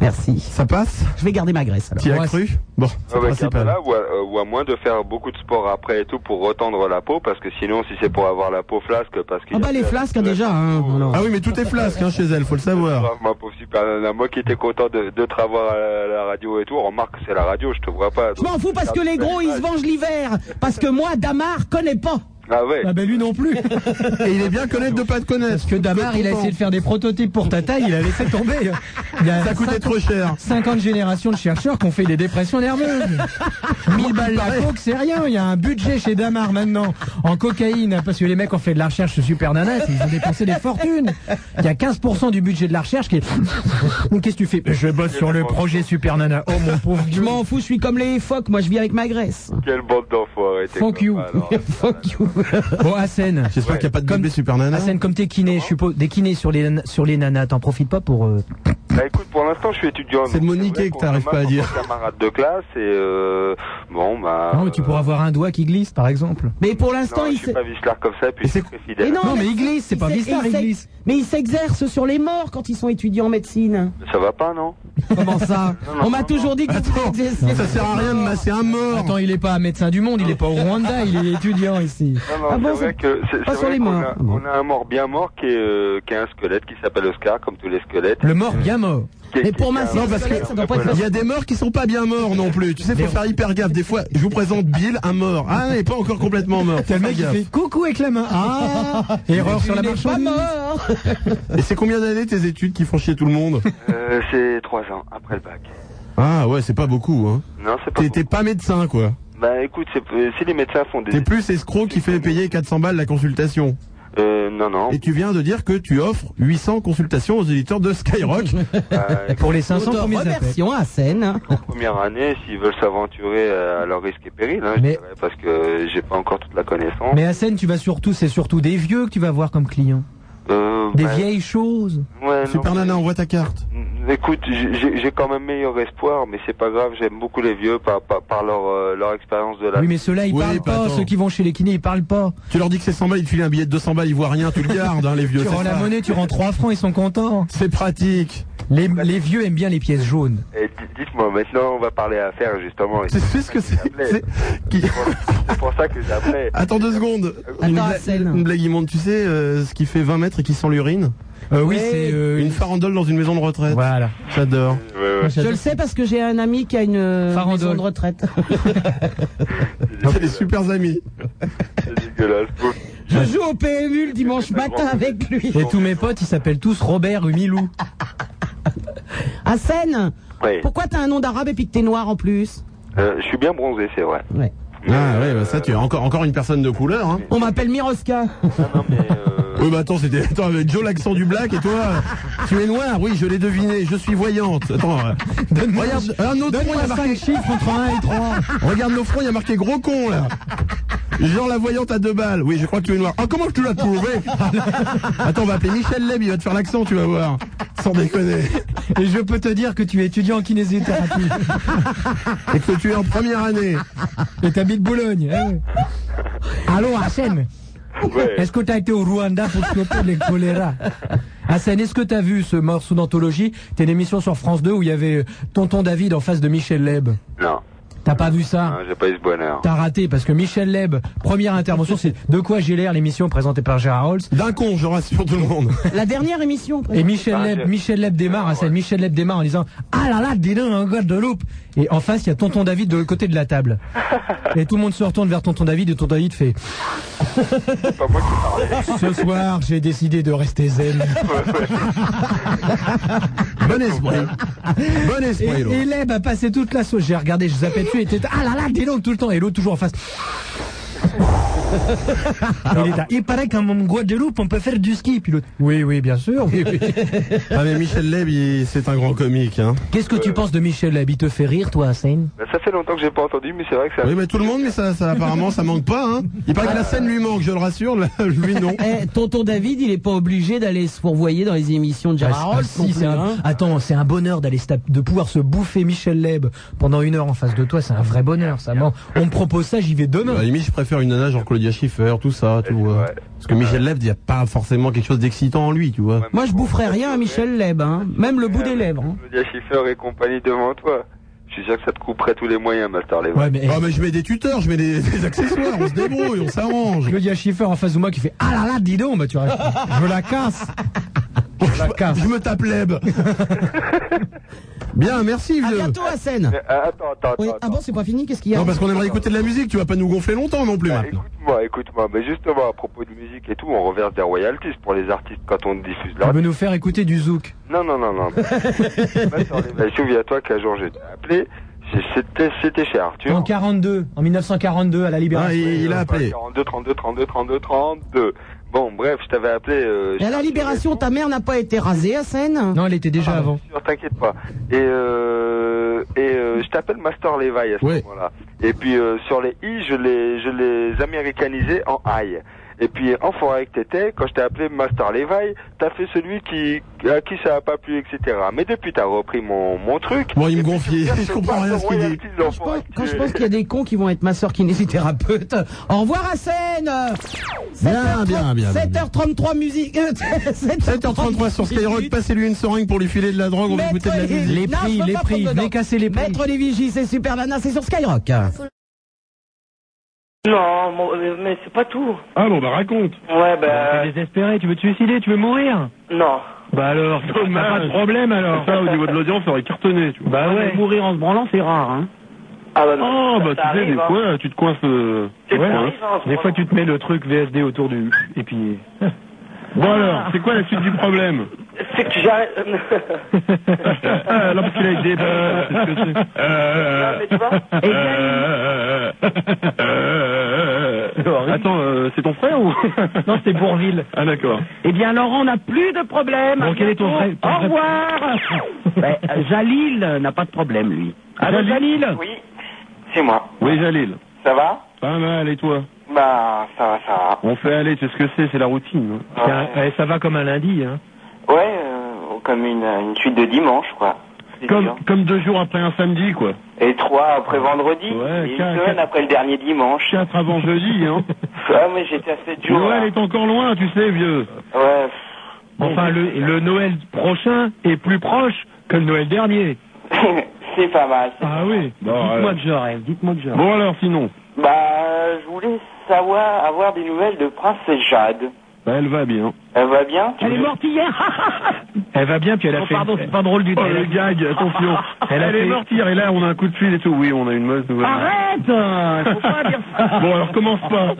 S2: Merci.
S1: Ça passe
S2: Je vais garder ma graisse alors.
S1: T'y as
S4: Ouais,
S1: cru Bon, c'est
S8: Ah
S1: le
S8: ouais, garde-la,
S1: principal.
S8: ou, à, euh, ou à moins de faire beaucoup de sport après et tout pour retendre la peau, parce que sinon, si c'est pour avoir la peau flasque, parce que.
S2: Ah bah les flasques déjà, hein alors.
S1: Ah oui, mais tout est flasque hein, chez elle, faut le savoir.
S8: Ma pauvre super nana, moi qui étais content de, de te revoir à la, la radio et tout, remarque c'est la radio, je te vois pas.
S2: Je m'en fous parce que les gros ils se vengent l'hiver Parce que moi Damar connais pas
S8: Ah ouais.
S4: Ah ben lui non plus.
S1: Et il est bien connaître de pas te connaître.
S4: Parce que Damar, il a essayé de faire des prototypes pour ta taille, il a laissé tomber. Il y a
S1: Ça coûtait
S4: 50
S1: trop cher.
S4: 50 générations de chercheurs qui ont fait des dépressions nerveuses. 1000 balles la coke, c'est rien. Il y a un budget chez Damar maintenant en cocaïne parce que les mecs ont fait de la recherche sur Super Nana, ils ont dépensé des fortunes. Il y a 15% du budget de la recherche qui est. Donc, Qu'est-ce que tu fais Je bosse sur le projet Super Nana. Oh mon pauvre
S2: Je
S4: Dieu.
S2: m'en fous, je suis comme les phoques, moi je vis avec ma graisse
S8: Quelle bande d'enfoirés. t'es
S4: Fuck
S8: con.
S4: you.
S8: Ah non,
S2: Fuck you
S4: Bon, Hassen.
S1: J'espère qu'il n'y a pas de
S4: Comme-
S1: bébé Super Nana.
S4: Hassen, comme t'es kiné, je suppose, des kinés sur les, nan- sur les nanas, t'en profites pas pour. euh,
S8: Bah écoute, pour l'instant, je suis étudiant.
S1: C'est de
S8: donc
S1: Monique
S8: vrai
S1: que
S8: qu'on
S1: t'arrives pas
S8: se
S1: à
S8: marre
S1: dire.
S8: entre Camarades de classe et euh, bon bah.
S4: Non, mais tu pourras avoir un doigt qui glisse, par exemple.
S2: Mais pour l'instant
S8: Non, je
S2: il
S8: suis
S2: se...
S8: pas vicelard comme ça, puis
S1: Et
S8: je suis
S1: c'est-
S8: très fidèle.
S2: Mais non,
S4: Non, mais
S2: mais
S4: il glisse, c'est
S2: il
S4: pas
S2: s'ex-
S4: Vistar,
S2: il
S4: il
S2: s'ex-
S4: glisse.
S2: Mais ils s'exercent sur les morts quand ils sont étudiants en médecine
S8: Ça va pas, non
S2: Comment ça On m'a
S8: non,
S2: toujours dit que
S1: Attends, ça sert à rien de masser un mort.
S4: Attends, il est pas médecin du monde, il est pas au Rwanda, il est étudiant ici.
S8: Non, non,
S2: Ah bon,
S8: c'est vrai
S2: c'est-
S8: que c'est-
S2: pas
S8: c'est
S2: sur
S8: vrai
S2: les
S8: qu'on
S2: morts.
S8: a-
S2: Ah bon.
S8: On a un mort bien mort qui est, euh, qui est un squelette qui s'appelle Oscar, comme tous les squelettes.
S4: Le mort bien mort.
S8: Qui-
S2: Mais
S8: qui-
S2: pour
S8: qui-
S2: masser
S8: un-
S2: un squelette, ça doit pas être
S1: Il y a des morts qui sont pas bien morts non plus. Tu sais, faut faire hyper gaffe. Des fois, je vous présente Bill, un mort. Ah, il est pas encore complètement mort.
S4: T'as le
S1: Fais
S4: mec qui
S1: gaffe.
S4: Ah, fait coucou avec la main. Ah Erreur sur la
S2: Il est pas
S4: marchandise.
S2: mort
S1: Et c'est combien d'années tes études qui font chier tout le monde
S8: Euh, c'est trois ans après le bac.
S1: Ah ouais, c'est pas beaucoup. Hein.
S8: Non, c'est pas.
S1: T'es
S8: bon.
S1: t'es pas médecin quoi.
S8: Bah écoute, c'est- euh, si les médecins font des.
S1: T'es plus escroc qui fait payer 400 balles la consultation.
S8: Euh, non, non.
S1: Et tu viens de dire que tu offres 800 consultations aux éditeurs de Skyrock.
S8: bah,
S4: Pour les 500
S2: Auteur,
S4: premiers appels.
S2: remercions à scène
S8: première année, s'ils veulent s'aventurer euh, à leur risque et péril, hein, je
S4: Mais-
S8: dirais, parce que j'ai pas encore toute la connaissance.
S4: Mais Hassan, tu vas surtout, c'est surtout des vieux que tu vas voir comme clients.
S8: Euh,
S4: Des
S8: bah,
S4: vieilles choses.
S8: ouais,
S1: Super
S8: non,
S1: Nana, envoie ta carte.
S8: mais- Écoute, j'ai j'ai quand même meilleur espoir, mais c'est pas grave, j'aime beaucoup les vieux par, par, par leur, euh, leur expérience de la
S4: Oui, mais ceux-là, ils
S1: Oui,
S4: parlent
S1: bah,
S4: pas.
S1: attends.
S4: Ceux qui vont chez les kinés, ils parlent pas.
S1: Tu leur dis que c'est 100 balles, ils te filent un billet de 200 balles, ils voient rien, tu le gardes, hein, les vieux.
S4: Tu
S1: c'est
S4: rends la
S1: ça.
S4: monnaie, tu rends 3 francs, ils sont contents.
S1: C'est pratique.
S4: Les, les vieux aiment bien les pièces jaunes.
S8: Et d- Dites-moi, maintenant on va parler affaires justement. et
S1: C'est c'est ce que c'est. c'est- qui-
S8: C'est pour- c'est pour ça que j'appelais.
S1: Attends deux secondes. une,
S2: Attends,
S1: bla-
S2: Axel.
S1: une blague immonde, tu sais, euh, ce qui fait 20 mètres et qui sent l'urine
S4: Euh,
S2: Oui.
S4: oui, c'est euh,
S1: Une Euh,
S4: une.
S1: farandole dans une maison de retraite.
S4: Voilà.
S1: J'adore.
S8: Ouais, ouais.
S2: Je le sais parce que j'ai un ami qui a une euh,
S4: Farandole.
S2: maison de retraite.
S1: C'est des super amis.
S2: Ah,
S8: C'est dégueulasse. Bon,
S2: Je joue au PMU le dimanche matin avec lui.
S4: Et tous mes potes, ils s'appellent tous Robert ou Milou.
S2: À Seine,
S8: ouais.
S2: pourquoi t'as un nom d'arabe et puis que t'es noir en plus
S8: Euh, je suis bien bronzé, c'est vrai.
S2: Ouais.
S1: Ah ouais, bah ça tu es encore encore une personne de couleur. Hein.
S2: On m'appelle Miroska.
S8: Non, non, mais. euh,
S1: Oui, bah attends, c'était attends avec Joe l'accent du black et toi, tu es noir. Oui, je l'ai deviné. Je suis voyante. Attends, euh, regarde, regarde nos fronts, il y a marqué chiffres entre 1 et 3. Regarde nos fronts, il y a marqué gros con là. Genre la voyante à deux balles. Oui, je crois que tu es noir. Ah comment tu l'as trouvé Attends, on va appeler Michel Leb, il va te faire l'accent, tu vas voir. Sans déconner.
S4: Et je peux te dire que tu es étudiant en kinésithérapie
S1: Et que tu es en première année.
S4: et t'habites Boulogne. eh ouais. Allô, Hassan
S8: ouais.
S4: Est-ce que t'as été au Rwanda pour stopper les choléra Hassan, est-ce que t'as vu ce morceau d'anthologie T'es une émission sur France 2 où il y avait euh, Tonton David en face de Michel Leb.
S8: Non,
S4: T'as pas vu ça
S8: hein, j'ai pas eu ce bonheur.
S4: T'as raté parce que Michel Leb, première intervention, c'est De quoi j'ai l'air, l'émission présentée par Gérard Holtz.
S1: D'un con, je rassure tout le monde.
S2: La dernière émission.
S4: Et Michel Leb,
S8: je-
S4: Michel Leb démarre à scène, Michel Leb démarre en disant Ah là là, dis donc, un gars de loupe Et en face, il y a Tonton David de l'autre côté de la table. Et tout le monde se retourne vers Tonton David et Tonton David fait
S8: C'est pas moi qui parlais.
S4: Ce soir, j'ai décidé de rester zen.
S1: Bon esprit. Bon
S4: Et,
S1: esprit. l'autre.
S4: et Leb a passé toute la sauce. J'ai regardé, je zappais dessus, et était Ah là là, dis donc, tout le temps. Et l'autre toujours en face. Il, est là, il paraît qu'en Guadeloupe, on peut faire du ski. Puis l'autre, oui, oui, bien sûr. oui, oui.
S1: Ah mais Michel Leb, il- c'est un grand comique. Hein.
S4: Qu'est-ce que tu penses de Michel Leb Il te fait rire, toi, Hassan
S8: Ben, Ça fait longtemps que j'ai pas entendu, mais c'est vrai que ça.
S1: Oui, mais tout le monde, mais ça, ça apparemment, ça manque pas. Hein. Il paraît que la scène lui manque, je le rassure. Lui, non.
S2: Eh, tonton David, il est pas obligé d'aller se fourvoyer dans les émissions de Gérard
S4: Ah,
S2: Holtz.
S4: si,
S2: non
S4: c'est
S2: plus,
S4: un-
S2: hein.
S4: Attends, c'est un bonheur d'aller se taper- de pouvoir se bouffer Michel Leb pendant une heure en face de toi, c'est un vrai bonheur, ça. Moi, on me propose ça, j'y vais
S1: À
S4: demain.
S1: la limite, je préfère une nana genre Claudia Schiffer, tout ça, tout. euh,
S8: Ouais.
S1: Parce que Michel Leb, il n'y a pas forcément quelque chose d'excitant en lui, tu vois.
S2: Moi, je boufferais rien à Michel Leb, hein. même le bout des lèvres. hein.
S8: Claudia Schiffer et compagnie devant toi. Je suis sûr que ça te couperait tous les moyens, Master Levan.
S4: Ouais, mais, eh,
S1: Ah, mais je mets des tuteurs, je mets des, des accessoires, on se débrouille, on s'arrange.
S4: Claudia Schiffer en face de moi qui fait Ah là là, dis donc, bah, tu vois, je la casse. Je la casse.
S1: Je me tape Leb. Bien, merci,
S2: À
S1: vieux.
S2: bientôt à Seine.
S8: Euh, Attends, attends, attends.
S2: Oui. Ah
S8: attends.
S2: bon, c'est pas fini Qu'est-ce qu'il y a
S1: Non, parce qu'on aimerait écouter de la musique, tu vas pas nous gonfler longtemps non plus
S8: Bah,
S1: maintenant.
S8: Écoute-moi, écoute-moi, mais justement à propos de musique et tout, on reverse des royalties pour les artistes quand on diffuse
S4: Elle
S8: leur...
S4: veut nous faire écouter du zouk.
S8: Non, non, non, non. Master Levan, Souviens-toi qu'un jour j'ai appelé, j'ai- c'était c'était chez Arthur.
S4: En 42, en 1942, à la
S1: Ah,
S4: Libération.
S1: il, il a
S8: Enfin,
S1: appelé.
S8: 42, 32, 32, 32, 32. Bon, bref, je t'avais appelé... euh,
S2: Et à la
S8: Arthur et
S2: Libération,
S8: tout.
S2: ta mère n'a pas été rasée à Seine
S4: Non, elle était déjà
S8: Ah,
S4: avant.
S8: bien sûr, T'inquiète pas. Et, euh, et euh, je t'appelle Master Levi à ce
S1: Ouais.
S8: moment-là. Et puis euh, sur les i, je les, je les américanisais en i. Et puis en forêt que t'étais, quand je t'ai appelé Master Levi, t'as fait celui qui à qui ça a pas plu, etc. Mais depuis t'as repris mon mon truc.
S1: Bon, il me
S8: Et puis,
S1: gonflait.
S8: tu me verses
S1: Je comprends
S8: pas
S1: rien à
S8: de
S1: ce qu'il dit.
S8: royalties,
S2: Quand je
S8: l'enfoiré
S2: pense,
S8: que
S2: quand
S8: tu
S2: je
S8: es.
S2: pense qu'il y a des cons qui vont être ma soeur kinésithérapeute. Au revoir à Seine.
S1: Bien, bien, bien, bien.
S2: 7h33 musique. euh,
S1: 7h33 sur Skyrock, passez-lui une seringue pour lui filer de la drogue, on va
S2: Maître
S1: écouter de la musique.
S2: Lévy.
S4: Les
S2: Non, je
S4: prix,
S2: peux
S4: les
S2: pas
S4: prix,
S2: prendre
S4: venez
S2: dedans.
S4: casser les prix.
S2: Maître Lévy J, c'est Super Nana, c'est sur Skyrock.
S10: Non, mon- euh, mais c'est pas tout.
S1: Ah bon, bah raconte.
S10: Ouais, bah,
S4: Ah, désespéré, tu veux te suicider, tu veux mourir
S10: non.
S4: Bah alors,
S1: pas de
S4: problème alors.
S1: Ça, au niveau de l'audience, ça aurait cartonné, tu vois.
S4: Bah ouais.
S11: Mourir en se branlant, c'est rare. Hein.
S10: Ah bah, non, ça- ça arrive, hein.
S1: tu te euh, coinces.
S10: C'est
S4: Ouais,
S10: pas
S4: hein.
S10: arrive, hein,
S4: Des
S10: ce
S4: fois,
S10: moment.
S4: tu te mets le truc VSD autour du. Et puis.
S1: Bon alors, c'est quoi la suite du problème
S10: C'est que j'arrête...
S1: Non, parce qu'il a été.
S10: Non, mais tu vois
S1: Attends, c'est ton frère ou
S11: Non, c'est Bourville.
S1: Ah d'accord.
S11: Eh bien, Laurent n'a plus de problème.
S4: Bon,
S11: À
S4: quel est ton
S11: bientôt.
S4: vrai- ton
S11: Au
S4: vrai-
S11: revoir. Ben, euh, Jalil euh, n'a pas de problème, lui. Allô, Jalil
S10: Oui, c'est moi.
S1: Oui, Jalil.
S10: Ça va
S1: Pas mal, et toi
S10: Bah, ça va, ça va.
S4: On fait aller, tu sais ce que c'est, c'est la routine. hein.
S10: Ouais.
S4: C'est un- eh, ça va comme un lundi. hein.
S10: Ouais, euh, comme une, une suite de dimanche, quoi. C'est
S4: Comme,
S10: sûr.
S4: comme deux jours après un samedi, quoi.
S10: Et trois après vendredi,
S4: Ouais,
S10: et une
S4: quatre-
S10: semaine après le dernier dimanche.
S4: Quatre avant jeudi, hein.
S10: Ah, mais j'étais à sept jours.
S4: Noël
S10: là.
S4: est encore loin, tu sais, vieux.
S10: Ouais,
S4: Enfin, le, le Noël prochain est plus proche que le Noël dernier.
S10: c'est pas mal. c'est
S4: Ah oui.
S10: alors.
S4: Dites-moi que je rêve, dites-moi que je rêve. Bon alors, sinon,
S10: Bah, je voulais savoir, avoir des nouvelles de Princesse Jade.
S4: bah, elle va bien.
S10: Elle va bien
S4: Elle est morte
S10: hier
S4: Elle va bien, puis elle a
S10: Oh,
S4: fait.
S10: pardon,
S4: c'est pas drôle du tout. Oh, le gag, attention. Elle,
S10: Elle a
S4: est
S10: fait-
S4: morte hier, et là, on a un coup de fil et tout. Oui, on a une mauvaise nouvelle.
S10: Arrête Faut pas dire ça.
S4: Bon, alors commence pas.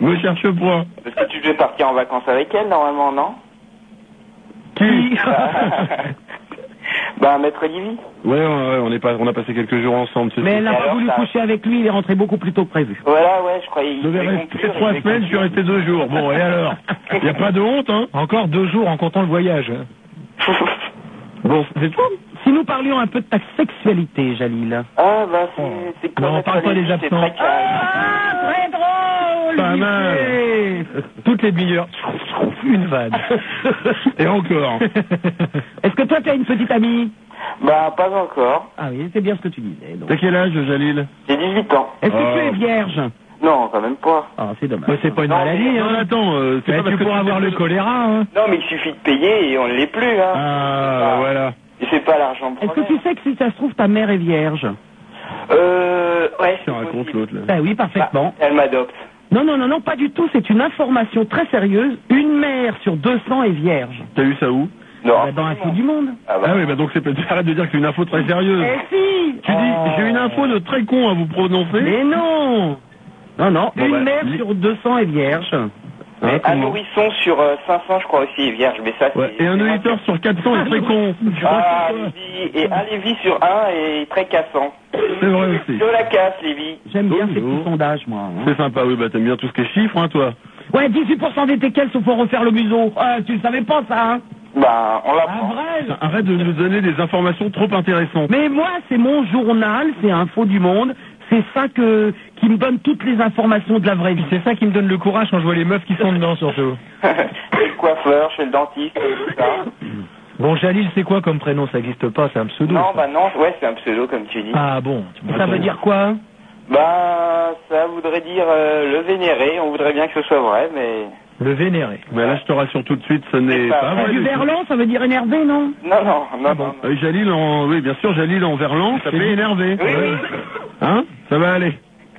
S4: Me cherche pas.
S10: Parce que tu devais partir en vacances avec elle, normalement, non
S4: Qui
S10: Bah, Maître Livy.
S4: Ouais, ouais, ouais, on, est pas, on a passé quelques jours ensemble.
S2: Mais elle n'a pas voulu
S4: coucher.
S2: coucher avec lui, il est rentré beaucoup plus tôt que prévu.
S10: Voilà, ouais, je croyais... il
S4: Je vais
S10: devait
S4: rester
S10: conclure,
S4: trois
S10: il devait
S4: semaines, je suis resté deux jours. Bon, et alors Il n'y a pas de honte, hein Encore deux jours en comptant le voyage. Bon, c'est tout
S2: Si nous parlions un peu de ta sexualité, Jalil.
S10: Ah, bah, c'est...
S4: Oh.
S10: c'est comme
S2: Non, on parle pas des
S10: Maître Lévy, c'est
S2: absents.
S10: très calme.
S12: Très drôle
S4: Pas mal. Toutes les demi-heures, une vanne. Et encore.
S2: Est-ce que toi, tu as une petite amie
S10: Bah, pas encore.
S2: Ah oui, c'est bien ce que tu disais. donc.
S4: T'as quel âge, Jalil
S10: J'ai 18 ans.
S2: Est-ce que
S4: Ah.
S2: tu es vierge
S10: Non, quand même pas.
S2: Ah, c'est dommage.
S4: c'est pas une maladie, hein. attends,
S10: Bah, tu pourras avoir le
S4: choléra, hein.
S10: Non, mais il suffit de payer et on ne l'est plus, hein.
S4: Ah, voilà.
S10: Et c'est pas l'argent
S2: Est-ce que tu sais que si ça se trouve, ta mère est vierge
S10: Euh, ouais.
S4: Tu racontes l'autre, là.
S2: Ben oui, parfaitement.
S10: Elle m'adopte.
S2: Non, non, non, non, pas du tout. C'est une information très sérieuse. Une mère sur 200 est vierge.
S4: T'as eu ça où
S10: Non.
S2: Ben, Dans la foule du monde.
S4: Ah, oui, bah donc c'est peut-être. Arrête de dire que c'est une info très sérieuse.
S2: Eh si
S4: Euh, Tu dis, j'ai une info de très con à vous prononcer.
S2: Mais non Non, non,
S4: Bon,
S2: une
S4: bah,
S2: mère
S4: li-
S2: sur 200 est vierge.
S10: Mais Euh, un
S4: comment
S10: nourrisson sur euh, 500, je crois aussi, est vierge, mais ça, c'est.
S4: Et un auditeur sur 400 est très con. Tu vois,
S10: Ah, Lévi, et un Lévi sur un est très cassant.
S4: C'est vrai aussi.
S10: Je la casse, Lévi.
S2: J'aime bien ces petits sondages, moi. hein.
S4: C'est sympa, oui, bah t'aimes bien tout ce qui est chiffres, hein, toi.
S2: Ouais, 18% des TKL se font refaire le museau. Euh, tu le savais pas, ça, hein
S10: Bah, on l'apprend.
S4: Arrête de nous donner des informations trop intéressantes.
S2: Mais moi, c'est mon journal, c'est Info du Monde. C'est ça que, qui me donne toutes les informations de la vraie vie.
S4: C'est ça qui me donne le courage quand je vois les meufs qui sont dedans, surtout.
S10: chez le coiffeur, chez le dentiste, tout ça.
S4: Bon, Jalil, c'est quoi comme prénom Ça n'existe pas, c'est un pseudo.
S10: Non, bah non, ouais, c'est un pseudo, comme tu dis.
S4: Ah bon
S2: Ça veut dire quoi
S10: Bah, ça voudrait dire euh, le vénérer, on voudrait bien que ce soit vrai, mais.
S4: Le vénérer. Bah là, je te rassure tout de suite, ce n'est
S10: C'est
S4: pas,
S10: pas
S2: C'est
S4: vrai.
S2: du
S4: du tout.
S2: verlan, ça veut dire énervé, non
S10: Non, non, non, non.
S4: Euh, Jalil en... Oui, bien sûr, Jalil en verlan, ça fait énervé.
S10: Oui, oui.
S4: Hein Ça va aller.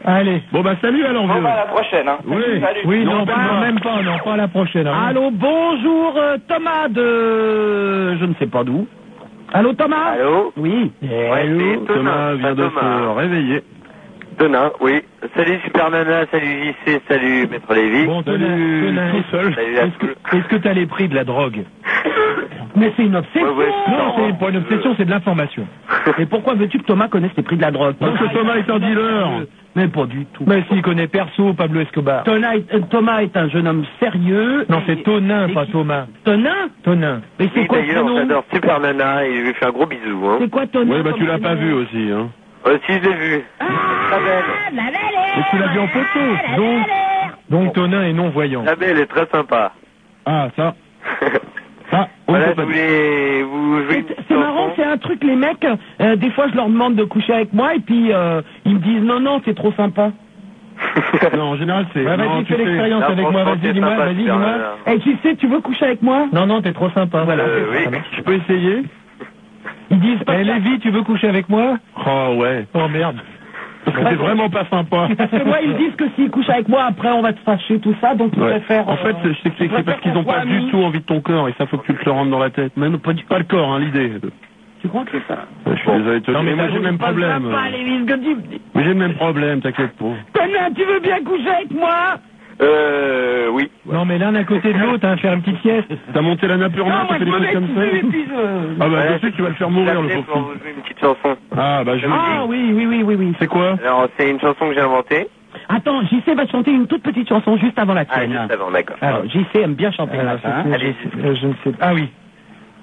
S4: Allez. Bon, bah salut alors,
S10: Bon,
S4: vieux.
S10: bah, à la prochaine, hein.
S4: Oui,
S10: Salut.
S4: oui non, pas, même pas, non, pas à la prochaine. hein.
S2: Allô, bonjour euh, Thomas de... Je ne sais pas d'où. Allô Thomas
S13: Allô
S2: Oui.
S13: Ouais, c'est
S4: Thomas vient de
S13: pas Thomas.
S4: se réveiller.
S13: Donna, oui. Salut Super Nana, salut JC, salut Maître Lévy.
S4: Bon, Salut, Donna, tout seul.
S13: Salut la poule.
S4: Est-ce que t'as les prix de la drogue
S2: Mais c'est une obsession
S13: Ouais, ouais,
S4: Non, c'est hein. pas une obsession, c'est de l'information.
S2: Et pourquoi veux-tu que Thomas connaisse les prix de la drogue
S4: Parce que Thomas est un dealer.
S2: Mais pas du tout.
S4: Mais s'il connaît Perso, Pablo Escobar.
S2: Thomas est, euh, Thomas est un jeune homme sérieux.
S4: Non, c'est Tonin, pas Thomas.
S2: Tonin
S4: Tonin.
S2: Mais c'est
S13: Oui,
S2: quoi
S13: d'ailleurs,
S2: ton nom
S13: j'adore Super Nana et je lui fais un gros bisou. Hein.
S2: C'est quoi ton nom
S4: Oui, bah tu
S2: comme
S4: l'as pas
S2: prénom
S4: vu aussi, hein.
S13: Euh, si, je l'ai vu. la belle.
S4: Mais tu l'as vu en photo. Donc, donc Tonin est non-voyant.
S13: La belle est très sympa.
S4: Ah, ça. Ça, on
S13: voilà,
S4: peut
S13: je
S4: pas dire.
S13: voulais vous jouer une petite
S2: C'est marrant,
S13: chanson.
S2: c'est un truc, les mecs, euh, des fois je leur demande de coucher avec moi et puis euh, ils me disent non, non, c'est trop sympa.
S4: Non, en général, c'est.
S2: Bah, vas-y,
S4: non,
S2: fais
S4: tu sais-
S2: l'expérience
S13: Non,
S2: avec moi,
S13: franchement,
S2: vas-y,
S13: c'est
S2: dis-moi,
S13: sympa,
S2: vas-y,
S13: Super
S2: dis-moi.
S13: Nana.
S2: Eh, tu sais, tu veux coucher avec moi
S4: Non, non, t'es trop sympa. Voilà.
S13: Euh, oui.
S4: Je peux essayer Ils disent pas. Eh, Lévi, tu veux coucher avec moi Oh, ouais. Oh, merde. Parce que c'est vraiment pas sympa.
S2: Parce que moi, ils me disent que s'ils couchent avec moi, après on va te fâcher, tout ça, donc ils
S4: Ouais.
S2: préfèrent.
S4: En fait,
S2: euh,
S4: c'est- c'est c'est- c'est parce qu'ils n'ont pas du tout envie de ton corps et ça faut que tu te le rentres dans la tête. Même pas, du- pas le corps, hein, l'idée.
S2: Tu crois que c'est ça
S4: Je suis désolé de te le dire, mais moi j'ai le même problème.
S2: Pas, Lévis, que tu me dis.
S4: Mais j'ai le même problème, t'inquiète pas.
S2: Connard, tu veux bien coucher avec moi
S13: Euh, oui.
S4: Non, mais l'un à côté de l'autre, hein, faire une petite sieste. T'as monté la nappe urnaire, t'as fait des
S2: me
S4: trucs
S2: mets
S4: comme ça
S2: dessus et puis je- euh.
S4: Ah bah
S13: Voilà,
S4: je sais que tu vas le faire mourir le
S13: J'appelais
S4: pauvre
S13: pour vous jouer une petite chanson.
S4: petit. Ah bah je vais.
S2: Ah oui, oui, oui, oui, oui.
S4: C'est quoi
S13: Alors, c'est une chanson que j'ai inventée.
S2: Attends, JC va chanter une toute petite chanson juste avant la
S13: Ah,
S2: tienne.
S13: juste avant, d'accord.
S2: Alors, JC aime bien
S14: Ah,
S2: chanter
S4: Euh,
S2: comme ça. hein.
S13: Allez,
S4: Euh, je ne sais pas. Ah oui.